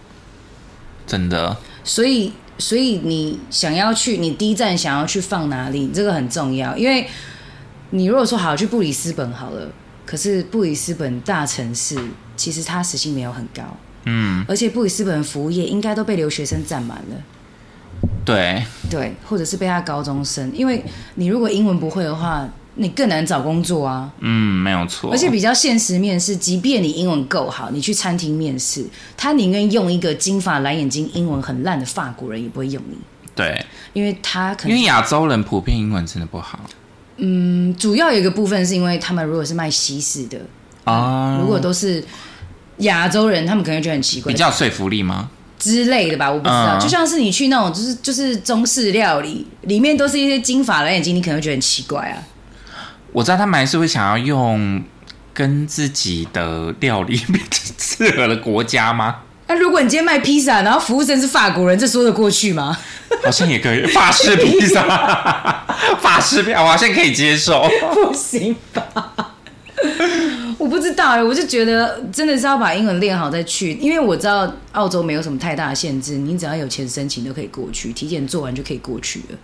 [SPEAKER 2] 真的，
[SPEAKER 1] 所以，所以你想要去，你第一站想要去放哪里，这个很重要，因为你如果说好去布里斯本好了，可是布里斯本大城市其实它时薪没有很高，
[SPEAKER 2] 嗯，
[SPEAKER 1] 而且布里斯本服务业应该都被留学生占满了。
[SPEAKER 2] 对，
[SPEAKER 1] 对，或者是被他高中生，因为你如果英文不会的话，你更难找工作啊。
[SPEAKER 2] 嗯，没有错。
[SPEAKER 1] 而且比较现实面试，即便你英文够好，你去餐厅面试，他宁愿用一个金发蓝眼睛、英文很烂的法国人，也不会用你，
[SPEAKER 2] 对，
[SPEAKER 1] 因为他可
[SPEAKER 2] 因为
[SPEAKER 1] 能
[SPEAKER 2] 亚洲人普遍英文真的不好
[SPEAKER 1] 嗯主要有一个部分是因为他们如果是卖西式的，
[SPEAKER 2] 啊，
[SPEAKER 1] 如果都是亚洲人，他们可能会觉得很奇怪
[SPEAKER 2] 比，较有说服力吗？
[SPEAKER 1] 之类的吧，我不知道。
[SPEAKER 2] 嗯
[SPEAKER 1] 就像是你去那种就是就是中式料理，里面都是一些金发蓝眼睛，你可能会觉得很奇怪啊。
[SPEAKER 2] 我知道他们还是会想要用跟自己的料理比较适合的国家 吗？
[SPEAKER 1] 那如果你今天卖披萨，然后服务生是法国人，这说得过去 吗？
[SPEAKER 2] 好像也可以，法式披萨， 法式披萨，我哦好像可以接受。
[SPEAKER 1] 不行吧？我不知道哎、我就觉得真的是要把英文练好再去，因为我知道澳洲没有什么太大的限制，你只要有钱申请都可以过去，体检做完就可以过去了。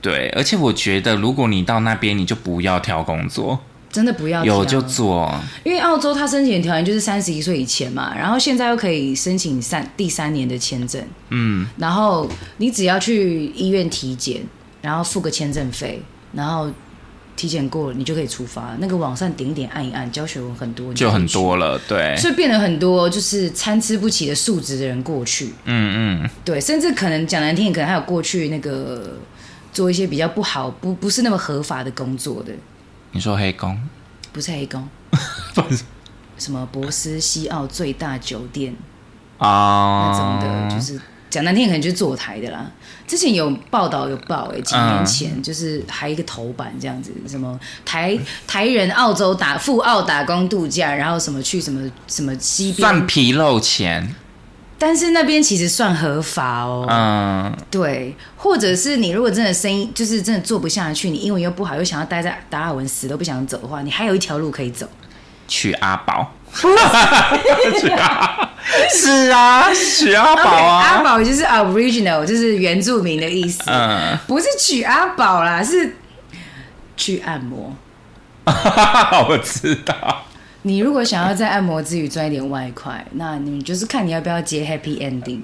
[SPEAKER 2] 对，而且我觉得如果你到那边，你就不要挑工作，
[SPEAKER 1] 真的不要
[SPEAKER 2] 有
[SPEAKER 1] 这
[SPEAKER 2] 就
[SPEAKER 1] 样
[SPEAKER 2] 做。
[SPEAKER 1] 因为澳洲它申请的条件就是三十一岁以前嘛，然后现在又可以申请三第三年的签证，
[SPEAKER 2] 嗯，
[SPEAKER 1] 然后你只要去医院体检，然后付个签证费，然后体检过了你就可以出发。那个网上点一点按一按，教学文很多，你
[SPEAKER 2] 就
[SPEAKER 1] 可以
[SPEAKER 2] 很
[SPEAKER 1] 去，
[SPEAKER 2] 多了。对，
[SPEAKER 1] 所以变得很多就是参差不齐的素质的人过去，
[SPEAKER 2] 嗯嗯。
[SPEAKER 1] 对，甚至可能讲难听，可能还有过去那个做一些比较不好、不不是那么合法的工作的，
[SPEAKER 2] 你说黑工，
[SPEAKER 1] 不是黑工，
[SPEAKER 2] 不是
[SPEAKER 1] 什么博斯西奥最大酒店那
[SPEAKER 2] 啊
[SPEAKER 1] 种的，就是讲难听，可能就是坐台的啦。之前有报道有报、哎，几年前、
[SPEAKER 2] 嗯
[SPEAKER 1] 就是还一个头版这样子，什么台台人澳洲打赴澳打工度假，然后什么去什么什么西
[SPEAKER 2] 嗯算
[SPEAKER 1] 边，
[SPEAKER 2] 皮肉钱，
[SPEAKER 1] 但是那边其实算合法哦。
[SPEAKER 2] 嗯，
[SPEAKER 1] 对，或者是你如果真的生意就是真的做不下去，你英文又不好，又想要待在达尔文死都不想走的话，你还有一条路可以走。
[SPEAKER 2] 娶阿 宝，娶阿，是啊，娶阿宝
[SPEAKER 1] OK，阿
[SPEAKER 2] 啊，
[SPEAKER 1] 宝就是 original，就是原住民的意思，
[SPEAKER 2] 嗯，
[SPEAKER 1] 不是娶哎阿宝啦，是去按摩。
[SPEAKER 2] 我知道，
[SPEAKER 1] 你如果想要在按摩之余赚一点外快，那你就是看你要不要接 happy ending，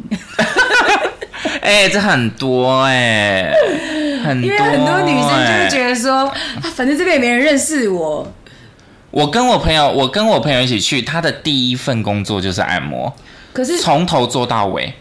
[SPEAKER 2] 哎、这很多哎、很多、
[SPEAKER 1] 因为很多女生就会
[SPEAKER 2] 得。
[SPEAKER 1] 觉得说，啊，反正这边也没人认识我，
[SPEAKER 2] 我跟我朋友，我跟我朋友一起去，他的第一份工作就是按摩，
[SPEAKER 1] 可是
[SPEAKER 2] 从头做到尾。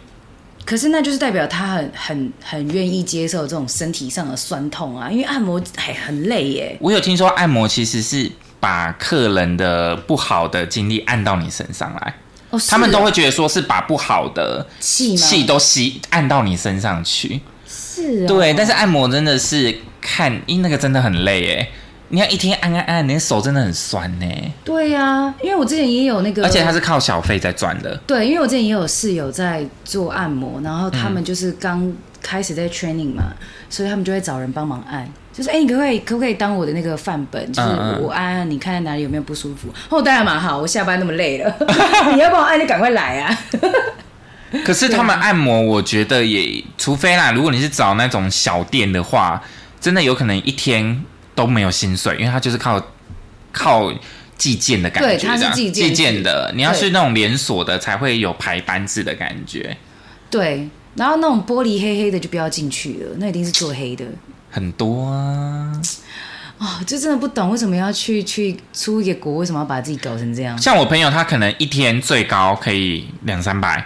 [SPEAKER 1] 可是那就是代表他很很很愿意接受这种身体上的酸痛啊，因为按摩还很累耶。
[SPEAKER 2] 我有听说按摩其实是把客人的不好的经历按到你身上来，
[SPEAKER 1] 哦，
[SPEAKER 2] 他们
[SPEAKER 1] 是啊
[SPEAKER 2] 都会觉得说是把不好的
[SPEAKER 1] 气吗？
[SPEAKER 2] 气都吸按到你身上去。
[SPEAKER 1] 是、啊，
[SPEAKER 2] 对，但是按摩真的是看，因那个真的很累哎，你要一天按按按，你的手真的很酸呢。
[SPEAKER 1] 对呀、因为我之前也有那个，
[SPEAKER 2] 而且他是靠小费在赚的，
[SPEAKER 1] 对，因为我之前也有室友在做按摩，然后
[SPEAKER 2] 嗯
[SPEAKER 1] 他们就是刚开始在 training 嘛，所以他们就会找人帮忙按，就是哎、你可不可以可不可以当我的那个范本，就是
[SPEAKER 2] 嗯嗯
[SPEAKER 1] 我按按你看哪里有没有不舒服？哦，当然蛮好，我下班那么累了， 你要帮我按就赶快来啊！
[SPEAKER 2] 可是他们按摩，我觉得也，除非啦，如果你是找那种小店的话，真的有可能一天都没有薪水，因为他就是靠靠计件的感觉
[SPEAKER 1] 对
[SPEAKER 2] 这
[SPEAKER 1] 它
[SPEAKER 2] 样，
[SPEAKER 1] 是计件制
[SPEAKER 2] 件的。你要
[SPEAKER 1] 对
[SPEAKER 2] 是那种连锁的，才会有排班制的感觉，
[SPEAKER 1] 对，然后那种玻璃黑黑的就不要进去了，那一定是做黑的。
[SPEAKER 2] 很多啊。
[SPEAKER 1] 哦，就真的不懂为什么要去去出一个国，为什么要把自己搞成这样？
[SPEAKER 2] 像我朋友，他可能一天最高可以两三百，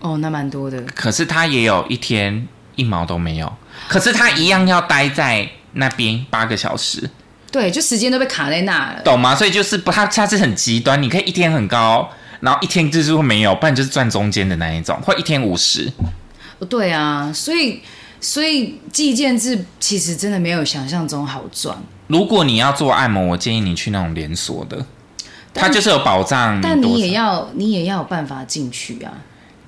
[SPEAKER 1] 哦，那蛮多的。
[SPEAKER 2] 可是他也有一天一毛都没有，可是他一样要待在那边八个小时。
[SPEAKER 1] 对，就时间都被卡在那了。
[SPEAKER 2] 懂吗？所以就是不，他他是很极端，你可以一天很高，然后一天就是会没有，不然就是赚中间的那一种，或一天五十。
[SPEAKER 1] 对啊，所以所以计件制其实真的没有想象中好赚。
[SPEAKER 2] 如果你要做按摩，我建议你去那种连锁的，
[SPEAKER 1] 但
[SPEAKER 2] 它就是有保障多少。
[SPEAKER 1] 但你也要，你也要有办法进去啊，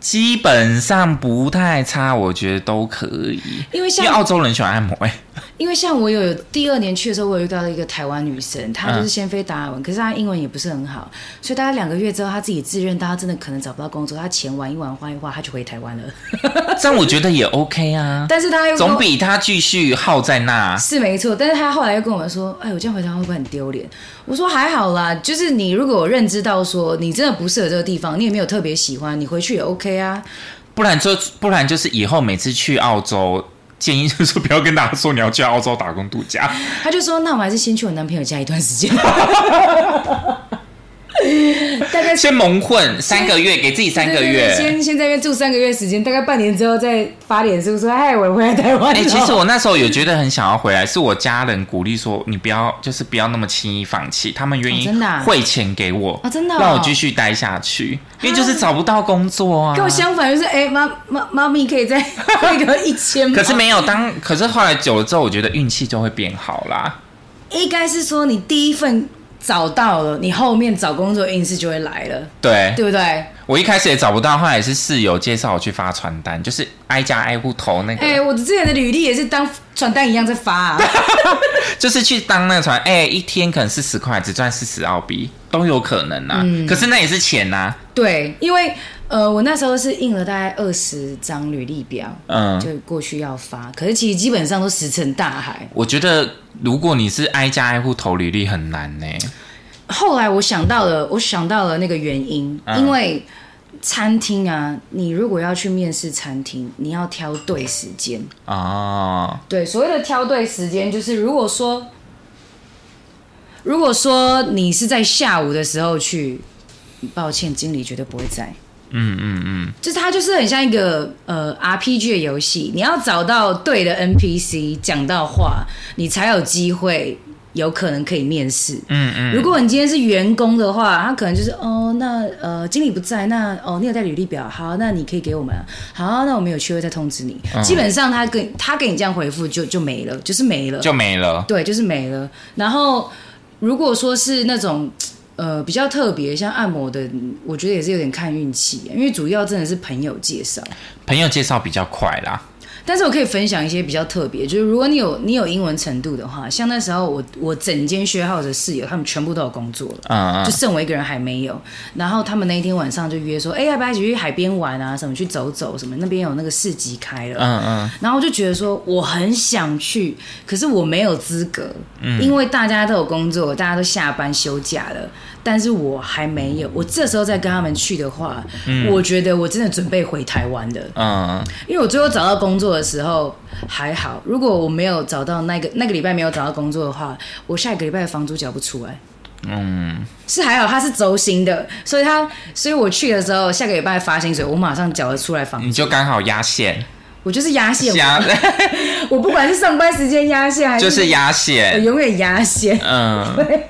[SPEAKER 2] 基本上不太差，我觉得都可以。
[SPEAKER 1] 因为
[SPEAKER 2] 因为
[SPEAKER 1] 像
[SPEAKER 2] 澳洲人喜欢按摩、哎，
[SPEAKER 1] 因为像我有第二年去的时候，我有遇到一个台湾女生，她
[SPEAKER 2] 嗯
[SPEAKER 1] 就是先飞达尔文，可是她英文也不是很好，所以大概两个月之后，她自己自认到她真的可能找不到工作，她钱玩一玩花一花，她就回台湾了。
[SPEAKER 2] 这样我觉得也 OK 啊，
[SPEAKER 1] 但是她又跟我
[SPEAKER 2] 总比他继续耗在那。
[SPEAKER 1] 是没错，但是他后来又跟我说：“哎，我这样回答会不会很丢脸？”我说：“还好啦，就是你如果有认知到说你真的不适合这个地方，你也没有特别喜欢，你回去也 OK 啊。
[SPEAKER 2] 不然就不然就是以后每次去澳洲，建议就是不要跟大家说你要去澳洲打工度假。”
[SPEAKER 1] 他就说：“那我还是先去我男朋友家一段时间。” 大概
[SPEAKER 2] 先蒙混三个月，给自己三个
[SPEAKER 1] 对对对
[SPEAKER 2] 月。
[SPEAKER 1] 先先在那边住三个月时间，大概半年之后再发脸书说：“嗨，我回来台湾。”
[SPEAKER 2] 哎、其实我那时候有觉得很想要回来，是我家人鼓励说你不要，就是不要那么轻易放弃，他们愿
[SPEAKER 1] 哦
[SPEAKER 2] 意
[SPEAKER 1] 真的啊
[SPEAKER 2] 汇钱给我，
[SPEAKER 1] 哦真的哦
[SPEAKER 2] 让我继续待下去，因为就是找不到工作 啊。
[SPEAKER 1] 跟我相反就是：“哎，妈妈妈咪可以再汇 个一千吗？”
[SPEAKER 2] 可是没有当，可是后来久了之后，我觉得运气就会变好啦。
[SPEAKER 1] 应该是说你第一份找到了，你后面找工作运势就会来了，
[SPEAKER 2] 对，
[SPEAKER 1] 对不对？哎、
[SPEAKER 2] 我一开始也找不到，后来也是室友介绍我去发传单，就是挨家挨户投那个，
[SPEAKER 1] 哎我之前的履历也是当传单一样在发、啊，
[SPEAKER 2] 就是去当那个传，哎、一天可能四十块，只赚四十澳币都有可能啊。
[SPEAKER 1] 嗯
[SPEAKER 2] 可是那也是钱呐、啊，
[SPEAKER 1] 对，因为呃，我那时候是印了大概二十张履历表，
[SPEAKER 2] 嗯。
[SPEAKER 1] 就过去要发，可是其实基本上都石沉大海。
[SPEAKER 2] 我觉得如果你是挨家挨户投履历很难呢、
[SPEAKER 1] 后来我想到了，我想到了那个原因，
[SPEAKER 2] 嗯
[SPEAKER 1] 因为餐厅啊，你如果要去面试餐厅，你要挑对时间。
[SPEAKER 2] 哦，
[SPEAKER 1] 对，所谓的挑对时间，就是如果说，如果说你是在下午的时候去，抱歉，经理绝对不会在。
[SPEAKER 2] 嗯嗯嗯，
[SPEAKER 1] 就是它就是很像一个呃 RPG 的游戏，你要找到对的 NPC 讲到话，你才有机会，有可能可以面试。
[SPEAKER 2] 嗯嗯，
[SPEAKER 1] 如果你今天是员工的话，他可能就是哦，那呃经理不在，那哦你有带履历表，好，那你可以给我们啊，好，那我们有机会再通知你。
[SPEAKER 2] 嗯
[SPEAKER 1] 基本上他跟他给你这样回复就就没了，就是没了，
[SPEAKER 2] 就没了。
[SPEAKER 1] 对，就是没了。然后如果说是那种呃比较特别，像按摩的，我觉得也是有点看运气，因为主要真的是朋友介绍。
[SPEAKER 2] 朋友介绍比较快啦，
[SPEAKER 1] 但是我可以分享一些比较特别，就是如果你有你有英文程度的话，像那时候我我整间学校的室友他们全部都有工作了。
[SPEAKER 2] 嗯
[SPEAKER 1] 就
[SPEAKER 2] 嗯，
[SPEAKER 1] 剩我一个人还没有。然后他们那一天晚上就约说，哎、要不要一起去海边玩啊？什么去走走？什么那边有那个市集开了。
[SPEAKER 2] 嗯嗯，
[SPEAKER 1] 然后我就觉得说我很想去，可是我没有资格，因为大家都有工作，大家都下班休假了，但是我还没有。我这时候再跟他们去的话，我觉得我真的准备回台湾的，
[SPEAKER 2] 嗯，
[SPEAKER 1] 因为我最后找到工作的时候还好。如果我没有找到那个那个礼拜没有找到工作的话，我下一个礼拜的房租缴不出来。
[SPEAKER 2] 嗯，
[SPEAKER 1] 是还好，它是周薪的，所以它，所以我去的时候，下个礼拜发薪水，我马上缴了出来房
[SPEAKER 2] 你，就刚好压线，
[SPEAKER 1] 我就是压线，
[SPEAKER 2] 压
[SPEAKER 1] 我不管是上班时间压线还是，
[SPEAKER 2] 就是压
[SPEAKER 1] 我
[SPEAKER 2] 线，
[SPEAKER 1] 永远压线。
[SPEAKER 2] 嗯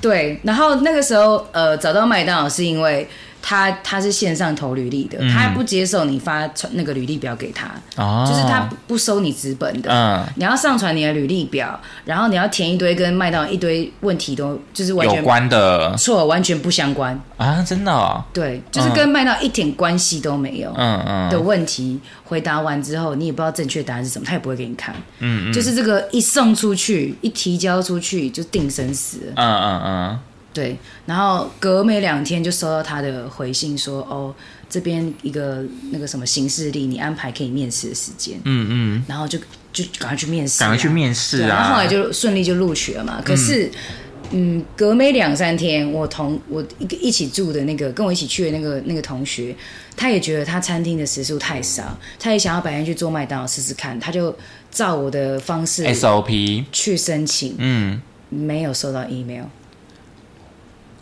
[SPEAKER 1] 对，然后那个时候，呃，找到麦当劳是因为他他是线上投履历的，他不接受你发传那个履历表给他，
[SPEAKER 2] 嗯哦，
[SPEAKER 1] 就是他不收你纸本的。
[SPEAKER 2] 嗯
[SPEAKER 1] 你要上传你的履历表，然后你要填一堆跟麦当劳一堆问题都就是完
[SPEAKER 2] 有
[SPEAKER 1] 全
[SPEAKER 2] 关的
[SPEAKER 1] 错，完全不相关。
[SPEAKER 2] 啊，真的哦，
[SPEAKER 1] 对，就是跟麦当劳一点关系都没有
[SPEAKER 2] 嗯嗯
[SPEAKER 1] 的问题，回答完之后，你也不知道正确答案是什么，他也不会给你看。嗯嗯，就是这个一送出去，一提交出去就定生死了。
[SPEAKER 2] 嗯嗯嗯，
[SPEAKER 1] 对，然后隔没两天就收到他的回信说，哦，这边一个那个什么行事历，你安排可以面试的时间。嗯嗯，然后就就赶快去面试啊，
[SPEAKER 2] 赶快去面试
[SPEAKER 1] 对然后
[SPEAKER 2] 啊
[SPEAKER 1] 后来，就顺利就录取了嘛。可是，嗯，隔没两三天，我同我一个一起住的那个跟我一起去的那个那个同学，他也觉得他餐厅的时数太少，他也想要白天去做麦当劳试试看，他就照我的方式
[SPEAKER 2] SOP，
[SPEAKER 1] 去申请，
[SPEAKER 2] 哎嗯，
[SPEAKER 1] 没有收到 email。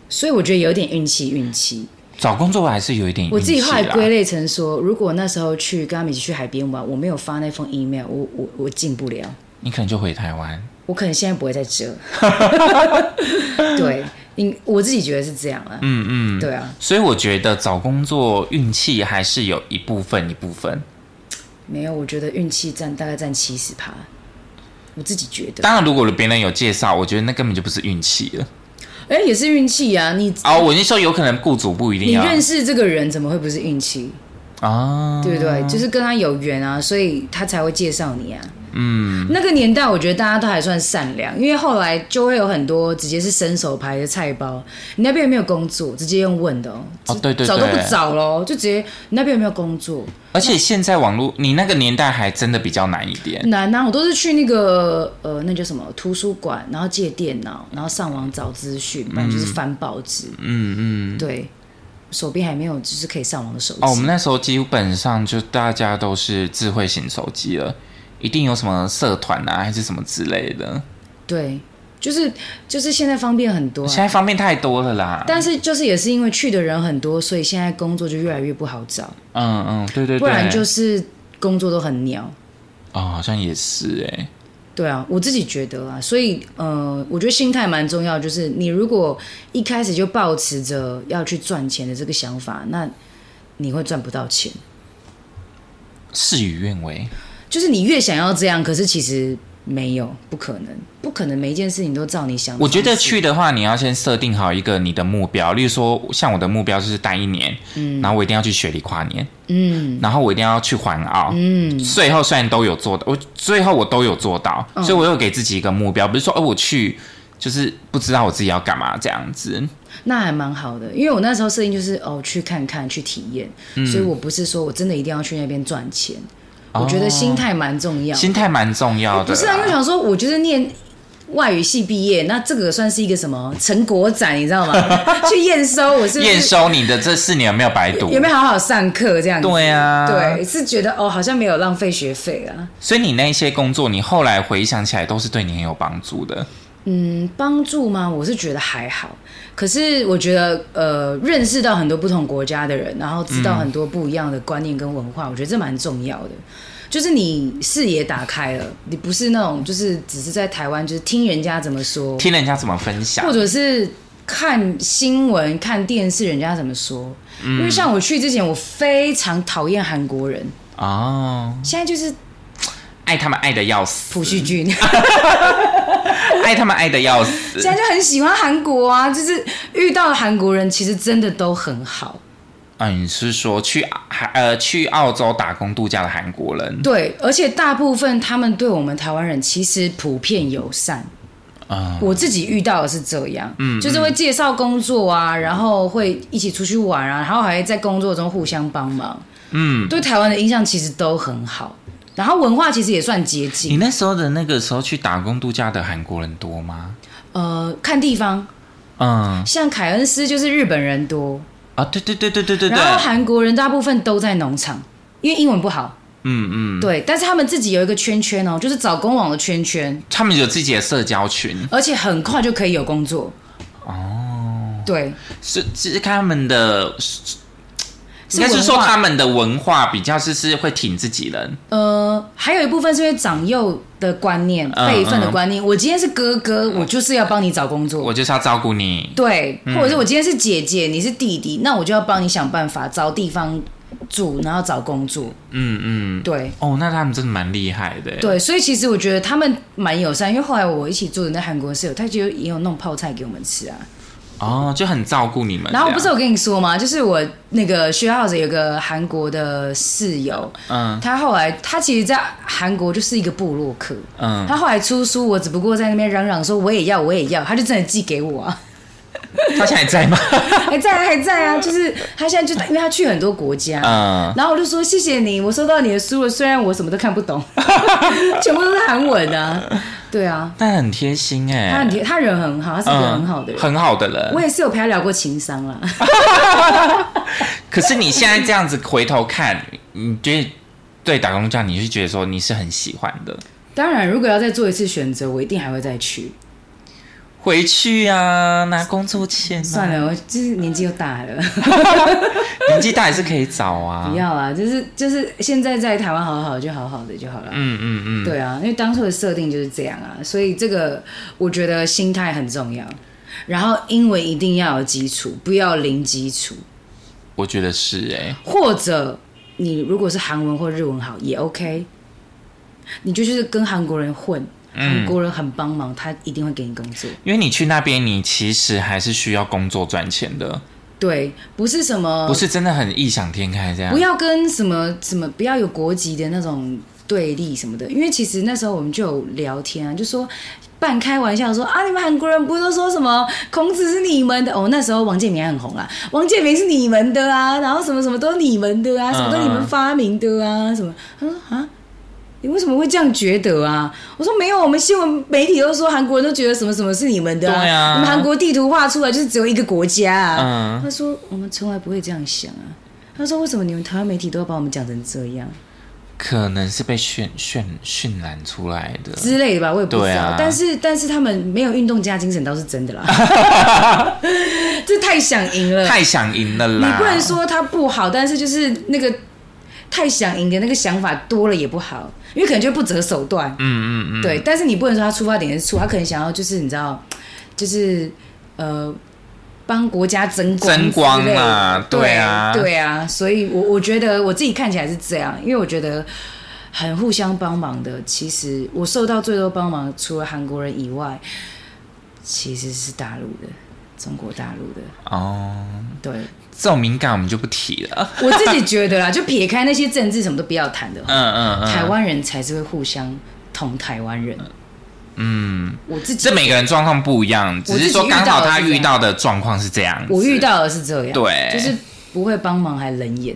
[SPEAKER 1] 所以我觉得有点运气，运气。
[SPEAKER 2] 找工作还是有一点运气
[SPEAKER 1] 我
[SPEAKER 2] 啦，
[SPEAKER 1] 自己后来归类成说，如果那时候去跟他们一起去海边玩，我没有发那封 email，我我我进不了。
[SPEAKER 2] 你可能就回台湾，
[SPEAKER 1] 我可能现在不会在这。 对，应我自己觉得是这样啊。
[SPEAKER 2] 嗯嗯，
[SPEAKER 1] 对啊，
[SPEAKER 2] 所以我觉得找工作运气还是有一部分一部分，
[SPEAKER 1] 没有，我觉得运气占大概占七十趴，我自己觉得。
[SPEAKER 2] 当然如果别人有介绍，我觉得那根本就不是运气了。
[SPEAKER 1] 哎、也是运气啊！你、
[SPEAKER 2] 哦，我是说有可能雇主不一定
[SPEAKER 1] 你
[SPEAKER 2] 要
[SPEAKER 1] 认识这个人，怎么会不是运气？
[SPEAKER 2] 啊，
[SPEAKER 1] 对不对？就是跟他有缘啊，所以他才会介绍你啊。嗯，那个年代我觉得大家都还算善良，因为后来就会有很多直接是伸手牌的菜包，你那边有没有工作，直接用问的哦，
[SPEAKER 2] 哦对对
[SPEAKER 1] 找都不
[SPEAKER 2] 对
[SPEAKER 1] 找喽，就直接你那边有没有工作，
[SPEAKER 2] 而且现在网络，你那个年代还真的比较难一点。
[SPEAKER 1] 难啊！我都是去那个呃，那叫什么图书馆，然后借电脑，然后上网找资讯，不然就是翻报纸。
[SPEAKER 2] 嗯嗯。
[SPEAKER 1] 对，手边还没有就是可以上网的手机。
[SPEAKER 2] 哦，我们那时候基本上就大家都是智慧型手机了，一定有什么社团啊，还是什么之类的。
[SPEAKER 1] 对，就是就是现在方便很多啊、
[SPEAKER 2] 现在方便太多了啦。
[SPEAKER 1] 但是就是也是因为去的人很多，所以现在工作就越来越不好找，
[SPEAKER 2] 嗯嗯，对对对。
[SPEAKER 1] 不然就是工作都很鸟。
[SPEAKER 2] 哦，好像也是哎、
[SPEAKER 1] 对啊，我自己觉得啊，所以呃，我觉得心态蛮重要。就是你如果一开始就抱持着要去赚钱的这个想法，那你会赚不到钱。
[SPEAKER 2] 事与愿违。
[SPEAKER 1] 就是你越想要这样，可是其实没有，不可能，不可能每一件事情都照你想的
[SPEAKER 2] 我
[SPEAKER 1] 方式。
[SPEAKER 2] 觉得去的话，你要先设定好一个你的目标，例如说，像我的目标就是待一年，嗯，然后我一定要去雪梨跨年，嗯，然后我一定要去环澳，嗯，最后虽然都有做到，我最后我都有做到，
[SPEAKER 1] 哦
[SPEAKER 2] 所以我有给自己一个目标，不是说哦我去就是不知道我自己要干嘛这样子，
[SPEAKER 1] 那还蛮好的，因为我那时候设定就是哦，去看看，去体验，
[SPEAKER 2] 嗯
[SPEAKER 1] 所以我不是说我真的一定要去那边赚钱。
[SPEAKER 2] 哦
[SPEAKER 1] 我觉得心态蛮重要的，
[SPEAKER 2] 心态蛮重要的啦，
[SPEAKER 1] 不是啊，因为我想说，我就是念外语系毕业，那这个算是一个什么成果展，你知 道吗？去验收，我是不是
[SPEAKER 2] 验收你的这四年有没有白读？
[SPEAKER 1] 有没有好好上课这样子？
[SPEAKER 2] 对啊
[SPEAKER 1] 对，是觉得哦，好像没有浪费学费啊。
[SPEAKER 2] 所以你那一些工作，你后来回想起来都是对你很有帮助的，
[SPEAKER 1] 嗯，帮助吗？我是觉得还好。可是我觉得，呃，认识到很多不同国家的人，然后知
[SPEAKER 2] 嗯
[SPEAKER 1] 道很多不一样的观念跟文化，我觉得这蛮重要的。就是你视野打开了，你不是那种就是只是在台湾就是听人家怎么说，
[SPEAKER 2] 听人家怎么分享
[SPEAKER 1] 或，者是看新闻、看电视人家怎么说。因为像我去之前，我非常讨厌韩国人，
[SPEAKER 2] 哦，
[SPEAKER 1] 现在就是
[SPEAKER 2] 爱他们爱的要死，
[SPEAKER 1] 朴叙俊。
[SPEAKER 2] 爱他们爱的要
[SPEAKER 1] 现
[SPEAKER 2] 死。
[SPEAKER 1] 在就很喜欢韩国啊，就是遇到的韩国人其实真的都很好。
[SPEAKER 2] 嗯，你是说去韩呃去澳洲打工度假的韩国人？
[SPEAKER 1] 对，而且大部分他们对我们台湾人其实普遍友善。
[SPEAKER 2] 啊
[SPEAKER 1] 我自己遇到的是这样，嗯，就是会介绍工作啊，然后会一起出去玩啊，然后还在工作中互相帮忙。
[SPEAKER 2] 嗯，
[SPEAKER 1] 对台湾的印象其实都很好，然后文化其实也算接
[SPEAKER 2] 你
[SPEAKER 1] 近。
[SPEAKER 2] 那时候的那个时候去打工度假的韩国人多吗？
[SPEAKER 1] 呃，看地方，
[SPEAKER 2] 嗯
[SPEAKER 1] 像凯恩斯就是日本人多，
[SPEAKER 2] 啊，对对对对对对对，
[SPEAKER 1] 然后韩国人大部分都在农场，因为英文不好。
[SPEAKER 2] 嗯嗯，
[SPEAKER 1] 对，但是他们自己有一个圈圈哦，就是找工网的圈圈，
[SPEAKER 2] 他们有自己的社交群，
[SPEAKER 1] 而且很快就可以有工作。哦，对，
[SPEAKER 2] 是是看他们的，应该是
[SPEAKER 1] 文
[SPEAKER 2] 说
[SPEAKER 1] 化
[SPEAKER 2] 他们的文化比较是是会挺自己人，
[SPEAKER 1] 呃，还有一部分是因为长幼的观念、
[SPEAKER 2] 嗯
[SPEAKER 1] 辈分的观念。我今天是哥哥，我就是要帮你找工作。
[SPEAKER 2] 我嗯就是要照顾你，
[SPEAKER 1] 对，或者是我今天是姐姐，你是弟弟，那我就要帮你想办法找地方住，然后找工作。
[SPEAKER 2] 嗯嗯，
[SPEAKER 1] 对
[SPEAKER 2] 哦，那他们真的蛮厉害的，，
[SPEAKER 1] 对，所以其实我觉得他们蛮友善，因为后来我一起住的那韩国室友，他就也有弄泡菜给我们吃啊。
[SPEAKER 2] 哦，就很照顾你们这样，
[SPEAKER 1] 然后不是我跟你说吗？就是我那个学校子有个韩国的室友，
[SPEAKER 2] 嗯
[SPEAKER 1] 他后来他其实，在韩国就是一个部落客。
[SPEAKER 2] 嗯，
[SPEAKER 1] 他后来出书，我只不过在那边嚷嚷说我也要，我也要，他就真的寄给我 啊，
[SPEAKER 2] 他现在还在 吗？
[SPEAKER 1] 还在啊，还在啊，就是他现在就因为他去很多国家，
[SPEAKER 2] 嗯，
[SPEAKER 1] 然后我就说谢谢你，我收到你的书了，虽然我什么都看不 懂，全部都是韩文啊，对啊，
[SPEAKER 2] 但很贴心哎，嗯
[SPEAKER 1] 他很贴，他人很好，他是一个很好的人，
[SPEAKER 2] 很好的人
[SPEAKER 1] 我。也是有陪他聊过情商啦，
[SPEAKER 2] 可是你现在这样子回头看，你觉得对打工度假，你是觉得说你是很喜欢的，
[SPEAKER 1] 当然如果要再做一次选择，我一定还会再去，
[SPEAKER 2] 回去啊，拿工作签、啊，
[SPEAKER 1] 算，了，我就是年纪又大了，
[SPEAKER 2] 嗯年纪大也是可以找 啊
[SPEAKER 1] 不。要啊，就是就是现在在台湾好好就好好的就好了，
[SPEAKER 2] 嗯嗯嗯，
[SPEAKER 1] 对啊，因为当初的设定就是这样啊，所以这个我觉得心态很重要。然后英文一定要有基础，不要零基础。
[SPEAKER 2] 我觉得是哎、
[SPEAKER 1] 或者你如果是韩文或日文好也 OK，你就就是跟韩国人混，
[SPEAKER 2] 嗯
[SPEAKER 1] 韩国人很帮忙，他一定会给你工作。
[SPEAKER 2] 因为你去那边，你其实还是需要工作赚钱的，
[SPEAKER 1] 对，不是什么，
[SPEAKER 2] 不是真的很异想天开这样
[SPEAKER 1] 呃不。要跟什么什么，不要有国籍的那种对立什么的，因为其实那时候我们就有聊天啊，就说半开玩笑说啊，你们韩国人不都说什么孔子是你们的哦？那时候王建民还很红啊，王建民是你们的啊，然后什么什么都你们的啊，什么都你们发明的啊，什么？他说啊。你为什么会这样觉得啊？我说没有，我们新闻媒体都说韩国人都觉得什么什么是你们的、
[SPEAKER 2] 对啊
[SPEAKER 1] 你们韩国地图画出来就是只有一个国家啊。
[SPEAKER 2] 嗯，
[SPEAKER 1] 他说我们从来不会这样想啊。他说为什么你们台湾媒体都要把我们讲成这样
[SPEAKER 2] 可能是被渲渲渲染出来的。
[SPEAKER 1] 之类的吧？我也不知
[SPEAKER 2] 对
[SPEAKER 1] 道。
[SPEAKER 2] 啊
[SPEAKER 1] 但是但是他们没有运动家精神倒是真的啦， 这太想赢了。
[SPEAKER 2] 太想赢了
[SPEAKER 1] 你
[SPEAKER 2] 啦！
[SPEAKER 1] 不能说他不好，但是就是那个太想赢的那个想法多了也不好，因为可能就不择手段。
[SPEAKER 2] 嗯，嗯嗯嗯
[SPEAKER 1] 对，但是你不能说他出发点是错，他可能想要就是你知道，就是呃，帮国家争光
[SPEAKER 2] 争光
[SPEAKER 1] 之类的
[SPEAKER 2] 啊
[SPEAKER 1] 对
[SPEAKER 2] 对啊
[SPEAKER 1] 对啊，所以我我觉得我自己看起来是这样，因为我觉得很互相帮忙的。其实我受到最多帮忙，除了韩国人以外，其实是大陆的。中国大陆的，
[SPEAKER 2] 哦，
[SPEAKER 1] 对
[SPEAKER 2] 这种敏感我们就不提了。
[SPEAKER 1] 我自己觉得啦，就撇开那些政治什么都不要谈的，
[SPEAKER 2] 嗯嗯嗯，
[SPEAKER 1] 台湾人才是会互相捅台湾人。嗯，我自己
[SPEAKER 2] 这每个人状况不一样，只是说刚好他遇到的状况是这样子。
[SPEAKER 1] 我遇到的是这样，
[SPEAKER 2] 对
[SPEAKER 1] 就是不会帮忙还冷眼，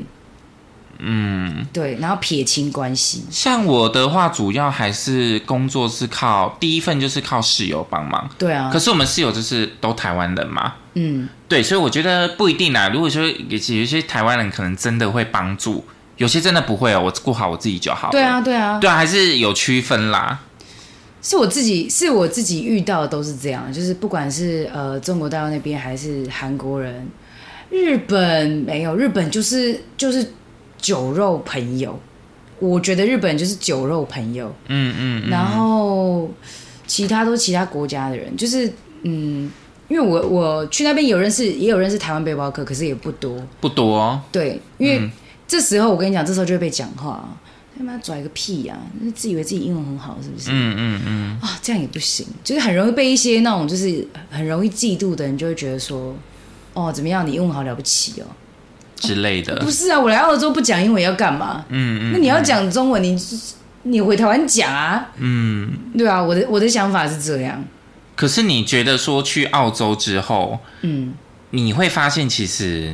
[SPEAKER 1] 嗯，对，然后撇清关系，
[SPEAKER 2] 像我的话，主要还是工作是靠第一份就是靠室友帮忙，
[SPEAKER 1] 对啊
[SPEAKER 2] 可，是我们室友就是都台湾人嘛，
[SPEAKER 1] 嗯，
[SPEAKER 2] 对，所以我觉得不一定啦。如果说有些有些台湾人可能真的会帮助，有些真的不会哦，我顾好我自己就好。
[SPEAKER 1] 对，啊，对啊，
[SPEAKER 2] 对啊，还是有区分啦。
[SPEAKER 1] 是我自己，是我自己遇到的都是这样，就是不管是呃中国大陆那边还是韩国人，日本没有，日本就是就是酒肉朋友，我觉得日本就是酒肉朋友，
[SPEAKER 2] 嗯嗯嗯，
[SPEAKER 1] 然后其他都是其他国家的人，就是嗯，因为我我去那边有认识，也有认识台湾背包客，可是也不多，
[SPEAKER 2] 不多哦、
[SPEAKER 1] 对，因为这时候我跟你讲，这时候就会被讲话，他妈拽个屁呀、啊！自以为自己英文很好，是不是？
[SPEAKER 2] 嗯嗯嗯，
[SPEAKER 1] 啊，这样也不行，就是很容易被一些那种就是很容易嫉妒的人就会觉得说，哦，怎么样，你英文好了不起哦？
[SPEAKER 2] 之类的
[SPEAKER 1] 不，是啊，我来澳洲不讲英文要干嘛？
[SPEAKER 2] 嗯嗯
[SPEAKER 1] 那你要讲中文，你你回台湾讲啊，
[SPEAKER 2] 嗯。
[SPEAKER 1] 对啊，我的我的想法是这样，
[SPEAKER 2] 可是你觉得说去澳洲之后，
[SPEAKER 1] 嗯，
[SPEAKER 2] 你会发现其实，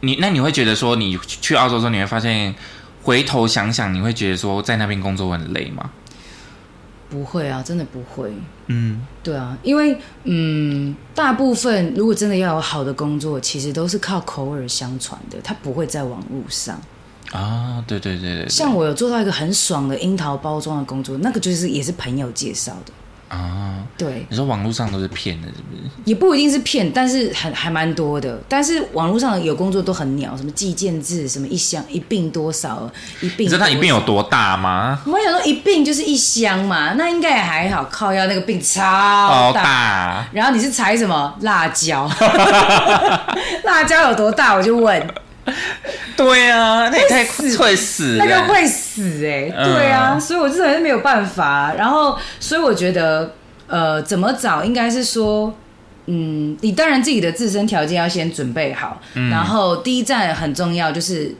[SPEAKER 2] 你那你会觉得说你去澳洲之后，你会发现回头想想，你会觉得说在那边工作很累吗？
[SPEAKER 1] 不会啊，真的不会。
[SPEAKER 2] 嗯
[SPEAKER 1] 对啊，因为嗯，大部分如果真的要有好的工作，其实都是靠口耳相传的，它不会在网络上。
[SPEAKER 2] 啊，对对对对对
[SPEAKER 1] 像我有做到一个很爽的樱桃包装的工作，那个就是也是朋友介绍的，
[SPEAKER 2] 啊，
[SPEAKER 1] 对，
[SPEAKER 2] 你说网络上都是骗的，是不是？
[SPEAKER 1] 也不一定是骗，但是很还蛮多的。但是网络上有工作都很鸟，什么计件制，什么一箱一并多少，一并
[SPEAKER 2] 你知道它一
[SPEAKER 1] 多
[SPEAKER 2] 病有
[SPEAKER 1] 少
[SPEAKER 2] 多大吗？
[SPEAKER 1] 我想说一并就是一箱嘛，那应该也还好，靠腰那个病超大。
[SPEAKER 2] 好大，
[SPEAKER 1] 然后你是采什么辣 椒？辣椒有多大？我就问，
[SPEAKER 2] 对啊，那也太
[SPEAKER 1] 会死
[SPEAKER 2] 会死了，
[SPEAKER 1] 那个会死哎、
[SPEAKER 2] 嗯
[SPEAKER 1] 对啊，所以我真的是没有办法。然后，所以我觉得，呃，怎么找应该是说，嗯，你当然自己的自身条件要先准备好，
[SPEAKER 2] 嗯
[SPEAKER 1] 然后第一站很重要，就是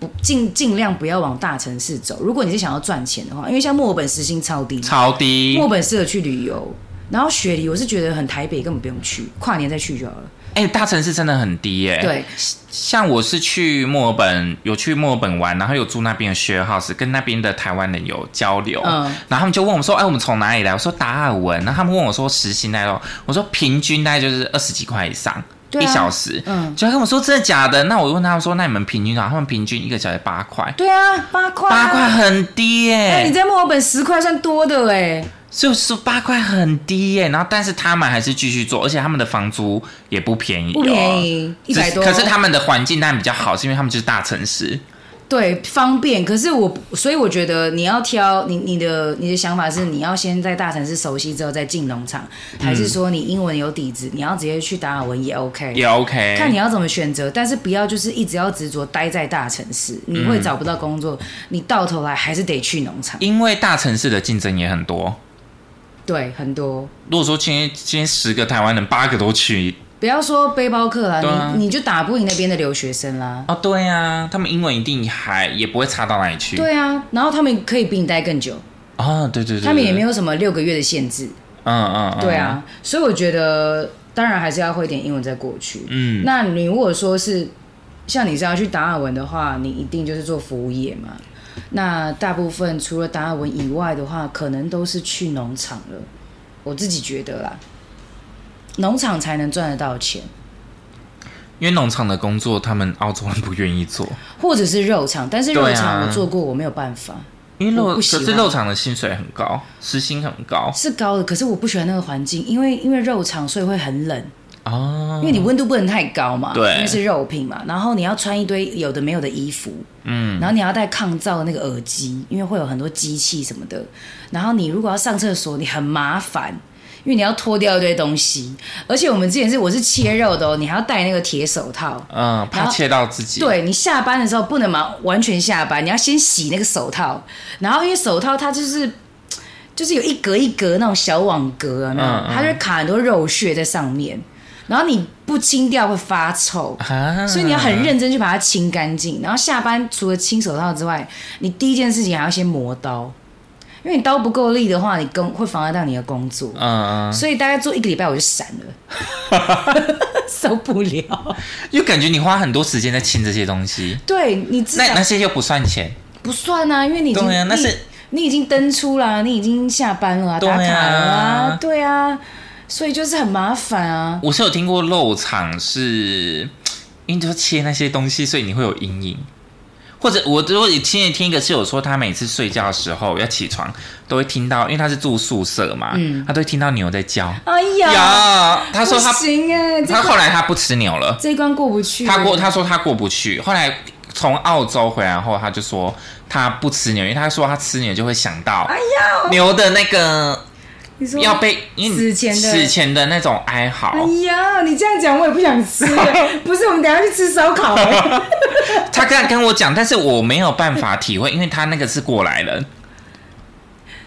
[SPEAKER 1] 不尽尽量不要往大城市走。如果你是想要赚钱的话，因为像墨尔本时薪超低，
[SPEAKER 2] 超低
[SPEAKER 1] 墨。尔本适合去旅游。然后雪梨，我是觉得很台北根本不用去，跨年再去就好了。
[SPEAKER 2] 哎、大城市真的很低耶、
[SPEAKER 1] 对，
[SPEAKER 2] 像我是去墨尔本，有去墨尔本玩，然后有住那边的 share house，跟那边的台湾人有交流，
[SPEAKER 1] 嗯
[SPEAKER 2] 然后他们就问我说：“哎、我们从哪里来？”我说：“达尔文。”然后他们问我说：“时薪大概多少？”我说：“平均大概就是二十几块以上，
[SPEAKER 1] 对啊
[SPEAKER 2] 一小时。”
[SPEAKER 1] 嗯
[SPEAKER 2] 就他跟我说：“真的假的？”那我问他们说：“那你们平均多少？”啊他们平均一个小时八块，
[SPEAKER 1] 对啊，八块、
[SPEAKER 2] 八块。哎很低耶、
[SPEAKER 1] 那你在墨尔本十块算多的哎、
[SPEAKER 2] 就是八块很低耶、然后但是他们还是继续做，而且他们的房租也不便宜、哦，
[SPEAKER 1] 不便宜
[SPEAKER 2] 只是
[SPEAKER 1] 100多
[SPEAKER 2] 可是他们的环境当然比较好，是因为他们就是大城市。
[SPEAKER 1] 对，方便。可是我不，所以我觉得你要挑你你的你的想法是，你要先在大城市熟悉之后再进农场，还是说你英文有底子，你要直接去达尔文也 OK？
[SPEAKER 2] 也 OK。
[SPEAKER 1] 看你要怎么选择，但是不要就是一直要执着待在大城市，你会找不到工作，你到头来还是得去农场。
[SPEAKER 2] 因为大城市的竞争也很多。
[SPEAKER 1] 对，很多。
[SPEAKER 2] 如果说今天今天十个台湾人，八个都去
[SPEAKER 1] 不要说背包客啦，
[SPEAKER 2] 对啊
[SPEAKER 1] 你你就打不赢那边的留学生啦。
[SPEAKER 2] 哦，对啊，他们英文一定还也不会差到哪里去。
[SPEAKER 1] 对啊，然后他们可以比你待更久，
[SPEAKER 2] 啊，对对对，
[SPEAKER 1] 他们也没
[SPEAKER 2] 有，
[SPEAKER 1] 有什么六个月的限制。
[SPEAKER 2] 嗯嗯，嗯
[SPEAKER 1] 对，啊，所以我觉得当然还是要会一点英文再过去。
[SPEAKER 2] 嗯，
[SPEAKER 1] 那你如果说是像你是要去达尔文的话，你一定就是做服务业嘛。那大部分除了达尔文以外的话，可能都是去农场了。我自己觉得啦，农场才能赚得到钱，
[SPEAKER 2] 因为农场的工作，他们澳洲人不愿意做，
[SPEAKER 1] 或者是肉场。但是肉
[SPEAKER 2] 对啊
[SPEAKER 1] 场我做过，我没有办法，
[SPEAKER 2] 因为
[SPEAKER 1] 我
[SPEAKER 2] 肉
[SPEAKER 1] 不
[SPEAKER 2] 可
[SPEAKER 1] 喜欢
[SPEAKER 2] 是肉场的薪水很高，时薪很高
[SPEAKER 1] 是高的，可是我不喜欢那个环境，因为因为肉场所以会很冷。
[SPEAKER 2] 哦
[SPEAKER 1] 因为你温度不能太高嘛，
[SPEAKER 2] 对
[SPEAKER 1] 因为是肉品嘛，然后你要穿一堆有的没有的衣服，嗯，然后你要戴抗噪的那个耳机，因为会有很多机器什么的，然后你如果要上厕所，你很麻烦。因为你要脱掉一堆东西，而且我们之前是我是切肉的哦，你还要戴那个铁手套。
[SPEAKER 2] 嗯，怕切到自己。，
[SPEAKER 1] 对你下班的时候不能嘛完全下班，你要先洗那个手套，然后因为手套它就是就是有一格一格那种小网格，有没有
[SPEAKER 2] 嗯嗯
[SPEAKER 1] 它就会卡很多肉屑在上面，然后你不清掉会发臭。
[SPEAKER 2] 啊，
[SPEAKER 1] 所以你要很认真去把它清干净，然后下班除了清手套之外，你第一件事情还要先磨刀，因为你刀不够力的话，你工会妨碍到你的工作。
[SPEAKER 2] 嗯，嗯，
[SPEAKER 1] 所以大概做一个礼拜我就闪了， 受不了。
[SPEAKER 2] 又感觉你花很多时间在清这些东西，
[SPEAKER 1] 对你至
[SPEAKER 2] 那
[SPEAKER 1] 少
[SPEAKER 2] 那些又不算钱。
[SPEAKER 1] 不算啊，因为你已经
[SPEAKER 2] 对啊那
[SPEAKER 1] 你
[SPEAKER 2] 是
[SPEAKER 1] 你已经登出啦，你已经下班了啊，
[SPEAKER 2] 对
[SPEAKER 1] 打
[SPEAKER 2] 啊
[SPEAKER 1] 卡了啊，对啊，所以就是很麻烦啊。
[SPEAKER 2] 我是有听过肉场是，因为你就切那些东西，所以你会有阴影，或者我如果听前听一个室友说，他每次睡觉的时候要起床，都会听到，因为他是住宿舍嘛，
[SPEAKER 1] 嗯
[SPEAKER 2] 他都会听到牛在叫。
[SPEAKER 1] 哎呀，
[SPEAKER 2] 呀，他说他
[SPEAKER 1] 不行哎，这嗯
[SPEAKER 2] 他
[SPEAKER 1] 关
[SPEAKER 2] 后来他不吃牛了，
[SPEAKER 1] 这一关过不去。
[SPEAKER 2] 他过他说他过不去，后来从澳洲回来后，他就说他不吃牛，因为他说他吃牛就会想到
[SPEAKER 1] 哎呀，
[SPEAKER 2] 牛的那个
[SPEAKER 1] 你说
[SPEAKER 2] 要被因为
[SPEAKER 1] 死前的
[SPEAKER 2] 死前的那种哀嚎。
[SPEAKER 1] 哎呀，你这样讲我也不想吃。啊 不是，我们等一下去吃烧烤。哎
[SPEAKER 2] 他这样跟我讲，但是我没有办法体会，因为他那个是过来人。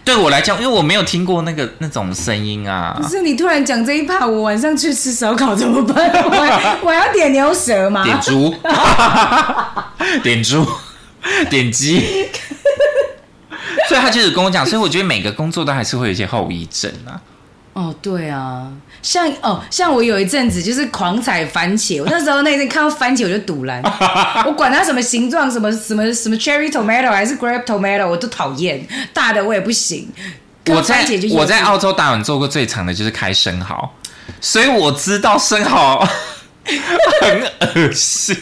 [SPEAKER 2] 对我来讲，因为我没有听过那个那种声音啊
[SPEAKER 1] 不，是你突然讲这一趴，我晚上去吃烧烤怎么办？我还 我还要点牛舌吗？
[SPEAKER 2] 点猪， 点猪，点鸡。所以他就是跟我讲，所以我觉得每个工作都还是会有一些后遗症啊。
[SPEAKER 1] 哦，对啊，像哦，像我有一阵子就是狂采番茄，我那时候那一阵看到番茄我就堵 拦，我管它什么形状，什么什么什么 cherry tomato 还是 grape tomato，我都讨厌，大的我也不行。看
[SPEAKER 2] 我
[SPEAKER 1] 到
[SPEAKER 2] 在
[SPEAKER 1] 番茄就
[SPEAKER 2] 我在
[SPEAKER 1] 厌恶
[SPEAKER 2] 澳洲打碗做过最长的就是开生蚝，所以我知道生蚝 很恶心。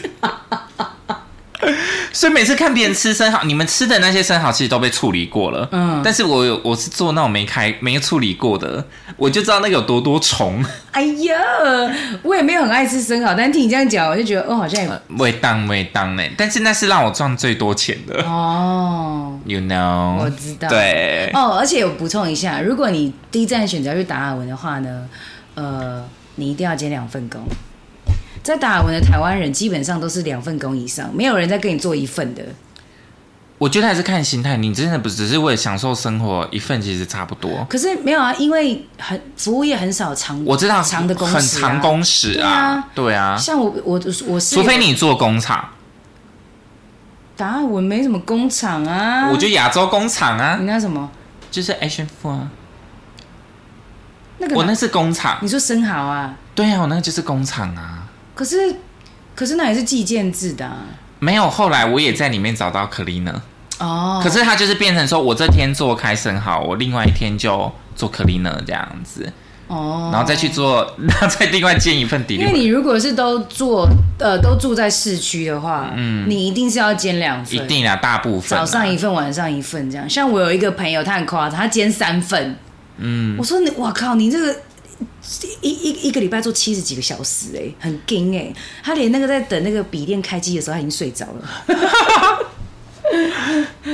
[SPEAKER 2] 所以每次看别人吃生蚝，你们吃的那些生蚝其实都被处理过了，
[SPEAKER 1] 嗯
[SPEAKER 2] 但是我有我是做那种没开没处理过的，我就知道那个有多多虫，
[SPEAKER 1] 哎呀，我也没有很爱吃生蚝，但听你这样讲，我就觉得哦，好像也
[SPEAKER 2] 味当味当呢。但是那是让我赚最多钱的
[SPEAKER 1] 哦。
[SPEAKER 2] ，you know，
[SPEAKER 1] 我知道
[SPEAKER 2] 对，
[SPEAKER 1] 哦，而且我补充一下，如果你第一站选择去达尔文的话呢，呃，你一定要兼两份工。在达尔文的台湾人基本上都是两份工以上，没有人在跟你做一份的。
[SPEAKER 2] 我觉得还是看心态，你真的不只是为了享受生活，一份其实差不多。
[SPEAKER 1] 可是没有啊，因为很服务业很少长，
[SPEAKER 2] 我知道
[SPEAKER 1] 长的工时、啊，
[SPEAKER 2] 很长。工时啊，对啊，
[SPEAKER 1] 像我我我是
[SPEAKER 2] 除非你做工厂，
[SPEAKER 1] 达尔文没什么工厂啊，
[SPEAKER 2] 我就亚洲工厂啊
[SPEAKER 1] 你，那什么
[SPEAKER 2] 就是 Asian Food 啊，
[SPEAKER 1] 那个
[SPEAKER 2] 我
[SPEAKER 1] 哪
[SPEAKER 2] 那是工厂，
[SPEAKER 1] 你说生蚝啊，
[SPEAKER 2] 对啊，我那个就是工厂啊。
[SPEAKER 1] 可是可是那也是计件制的、啊、
[SPEAKER 2] 没有，后来我也在里面找到 cleaner，、
[SPEAKER 1] 哦。
[SPEAKER 2] 可是他就是变成说我这天做开生蚝，我另外一天就做 cleaner 这样子，
[SPEAKER 1] 哦，
[SPEAKER 2] 然后再去做， 然后再另外兼一份底
[SPEAKER 1] 因为
[SPEAKER 2] 料，
[SPEAKER 1] 你如果是都做呃都住在市区的话，嗯，你一定是要兼两份，
[SPEAKER 2] 一定啊，大部分啊、
[SPEAKER 1] 早上一份，晚上一份这样。像我有一个朋友，他很夸张，他兼三份。嗯，我说你，我靠，你这个一一一个礼拜做七十几个小时、欸，哎，很劲哎、他连那个在等那个笔电开机的时候，他已经睡着
[SPEAKER 2] 啊
[SPEAKER 1] 了，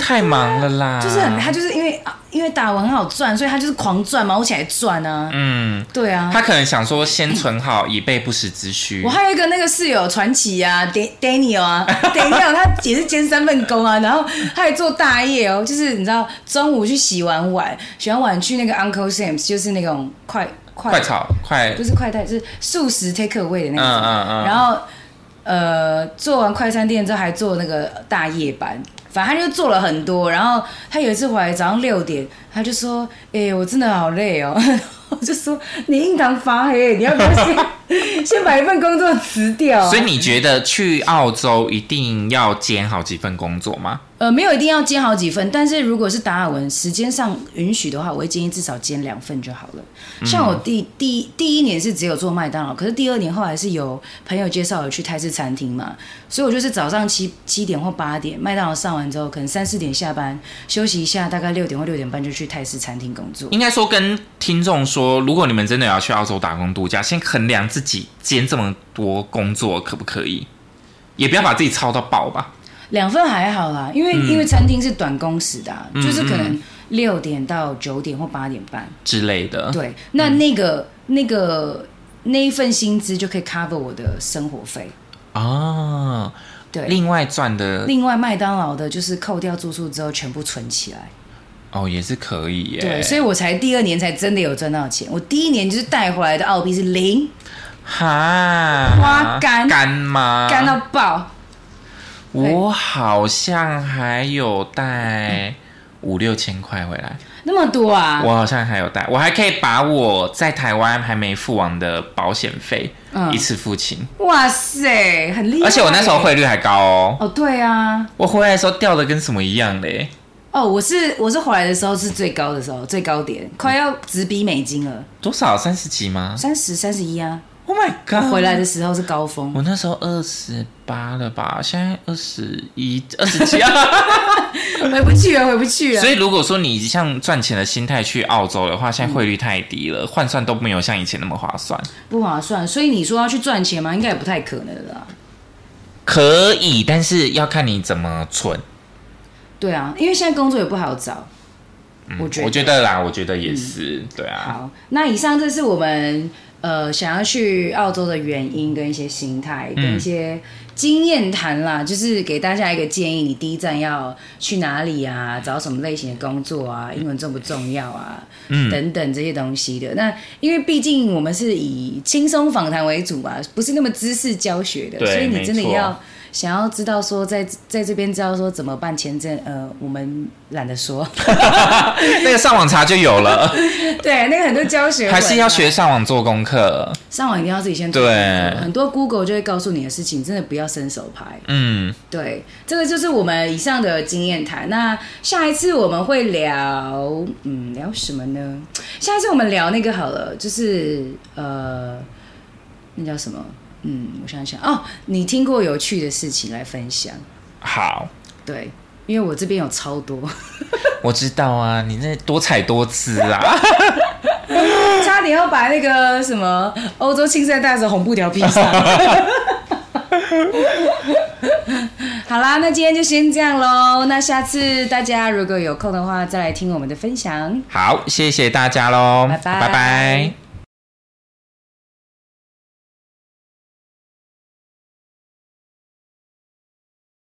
[SPEAKER 2] 太忙了啦，
[SPEAKER 1] 就是很他就是因为啊因为打完很好赚，所以他就是狂赚嘛，我起来赚啊。
[SPEAKER 2] 嗯，
[SPEAKER 1] 对啊，
[SPEAKER 2] 他可能想说先存好以备不时之需
[SPEAKER 1] 我。还有一个那个室友传奇啊，Dan-，Daniel 啊 ，Daniel 他也是兼三份工啊，然后他还做大夜哦，就是你知道中午去洗完碗，洗完碗去那个 Uncle Sam's，就是那种快快
[SPEAKER 2] 快炒快
[SPEAKER 1] 不是快带，是素食 take away 的那种，
[SPEAKER 2] 嗯嗯嗯
[SPEAKER 1] 然后呃做完快餐店之后还做那个大夜班。反正他就做了很多，然后他有一次回来早上六点，他就说：“哎、我真的好累哦。” 我就说：“你印堂发黑，你要不要先 先把一份工作辞掉、啊？”
[SPEAKER 2] 所以你觉得去澳洲一定要兼好几份工作吗？
[SPEAKER 1] 呃，没有一定要兼好几份，但是如果是达尔文时间上允许的话，我会建议至少兼两份就好了。像我第第第一年是只有做麦当劳，可是第二年后来是有朋友介绍我去泰式餐厅嘛，所以我就是早上七七点或八点麦当劳上完之后，可能三四点下班休息一下，大概六点或六点半就去泰式餐厅工作。
[SPEAKER 2] 应该说跟听众说，如果你们真的要去澳洲打工度假，先衡量自己兼这么多工作可不可以，也不要把自己操到爆吧。
[SPEAKER 1] 两份还好啦，因为、因为餐厅是短工时的、啊，就是可能六点到九点或八点半。
[SPEAKER 2] 之类的。
[SPEAKER 1] 对，那那个、那个那一份薪资就可以 cover 我的生活费。
[SPEAKER 2] 哦，
[SPEAKER 1] 对，
[SPEAKER 2] 另外赚的
[SPEAKER 1] 另外麦当劳的就是扣掉住宿之后全部存起来。
[SPEAKER 2] 哦也是可以耶。
[SPEAKER 1] 对，所以我才第二年才真的有赚到钱。我第一年就是带回来的澳币是零，
[SPEAKER 2] 哈，
[SPEAKER 1] 花干
[SPEAKER 2] 干吗？
[SPEAKER 1] 干到爆。
[SPEAKER 2] 我好像还有带五六千块回来。
[SPEAKER 1] 那么多啊！
[SPEAKER 2] 我好像还有带，我还可以把我在台湾还没付完的保险费
[SPEAKER 1] 嗯
[SPEAKER 2] 一次付清，
[SPEAKER 1] 哇塞，很厉害。
[SPEAKER 2] 而且我那时候汇率还高哦，
[SPEAKER 1] 哦，对啊，
[SPEAKER 2] 我回来的时候掉的跟什么一样嘞，
[SPEAKER 1] 哦，我是我是回来的时候是最高的时候，最高点，快要直逼美金了，
[SPEAKER 2] 多少三十几吗？
[SPEAKER 1] 三十三十一啊，
[SPEAKER 2] Oh my god！
[SPEAKER 1] 回来的时候是高峰，
[SPEAKER 2] 我那时候二十八了吧，现在二十一、二十七。啊
[SPEAKER 1] 回不去了，回不去了。
[SPEAKER 2] 所以如果说你像赚钱的心态去澳洲的话，现在汇率太低了，换算都没有像以前那么划算。
[SPEAKER 1] 不划算。所以你说要去赚钱嘛，应该也不太可能了啦。
[SPEAKER 2] 可以，但是要看你怎么存。
[SPEAKER 1] 对啊，因为现在工作也不好找，我觉得。
[SPEAKER 2] 我觉得啦，我觉得也是，对啊。
[SPEAKER 1] 嗯好，那以上这是我们呃想要去澳洲的原因跟一些心态
[SPEAKER 2] 嗯
[SPEAKER 1] 跟一些经验谈啦，就是给大家一个建议，你第一站要去哪里啊，找什么类型的工作啊，英文重不重要啊，
[SPEAKER 2] 嗯
[SPEAKER 1] 等等这些东西的。那因为毕竟我们是以轻松访谈为主嘛，不是那么知识教学的，
[SPEAKER 2] 对
[SPEAKER 1] 所以你真的
[SPEAKER 2] 没错
[SPEAKER 1] 要。想要知道说在在这边知道说怎么办签证，呃，我们懒得说，
[SPEAKER 2] 那个上网查就有了，
[SPEAKER 1] 对，那个很多教学
[SPEAKER 2] 还是
[SPEAKER 1] 文
[SPEAKER 2] 要
[SPEAKER 1] 啊
[SPEAKER 2] 学上网做功课。
[SPEAKER 1] 上网一定要自己先做
[SPEAKER 2] 对
[SPEAKER 1] 功课很多 Google 就会告诉你的事情，真的不要伸手拍。
[SPEAKER 2] 嗯，
[SPEAKER 1] 对，这个就是我们以上的经验谈。那下一次我们会聊，嗯，聊什么呢？下一次我们聊那个好了，就是呃，那叫什么？嗯，我想想哦，你听过有趣的事情来分享，
[SPEAKER 2] 好，
[SPEAKER 1] 对，因为我这边有超多，
[SPEAKER 2] 我知道啊，你那多彩多姿啊。
[SPEAKER 1] 差点要把那个什么欧洲青赛带着红布条披上。 好啦，那今天就先这样喽。那下次大家如果有空的话，再来听我们的分享。
[SPEAKER 2] 好，谢谢大家喽，
[SPEAKER 1] 拜拜
[SPEAKER 2] 拜拜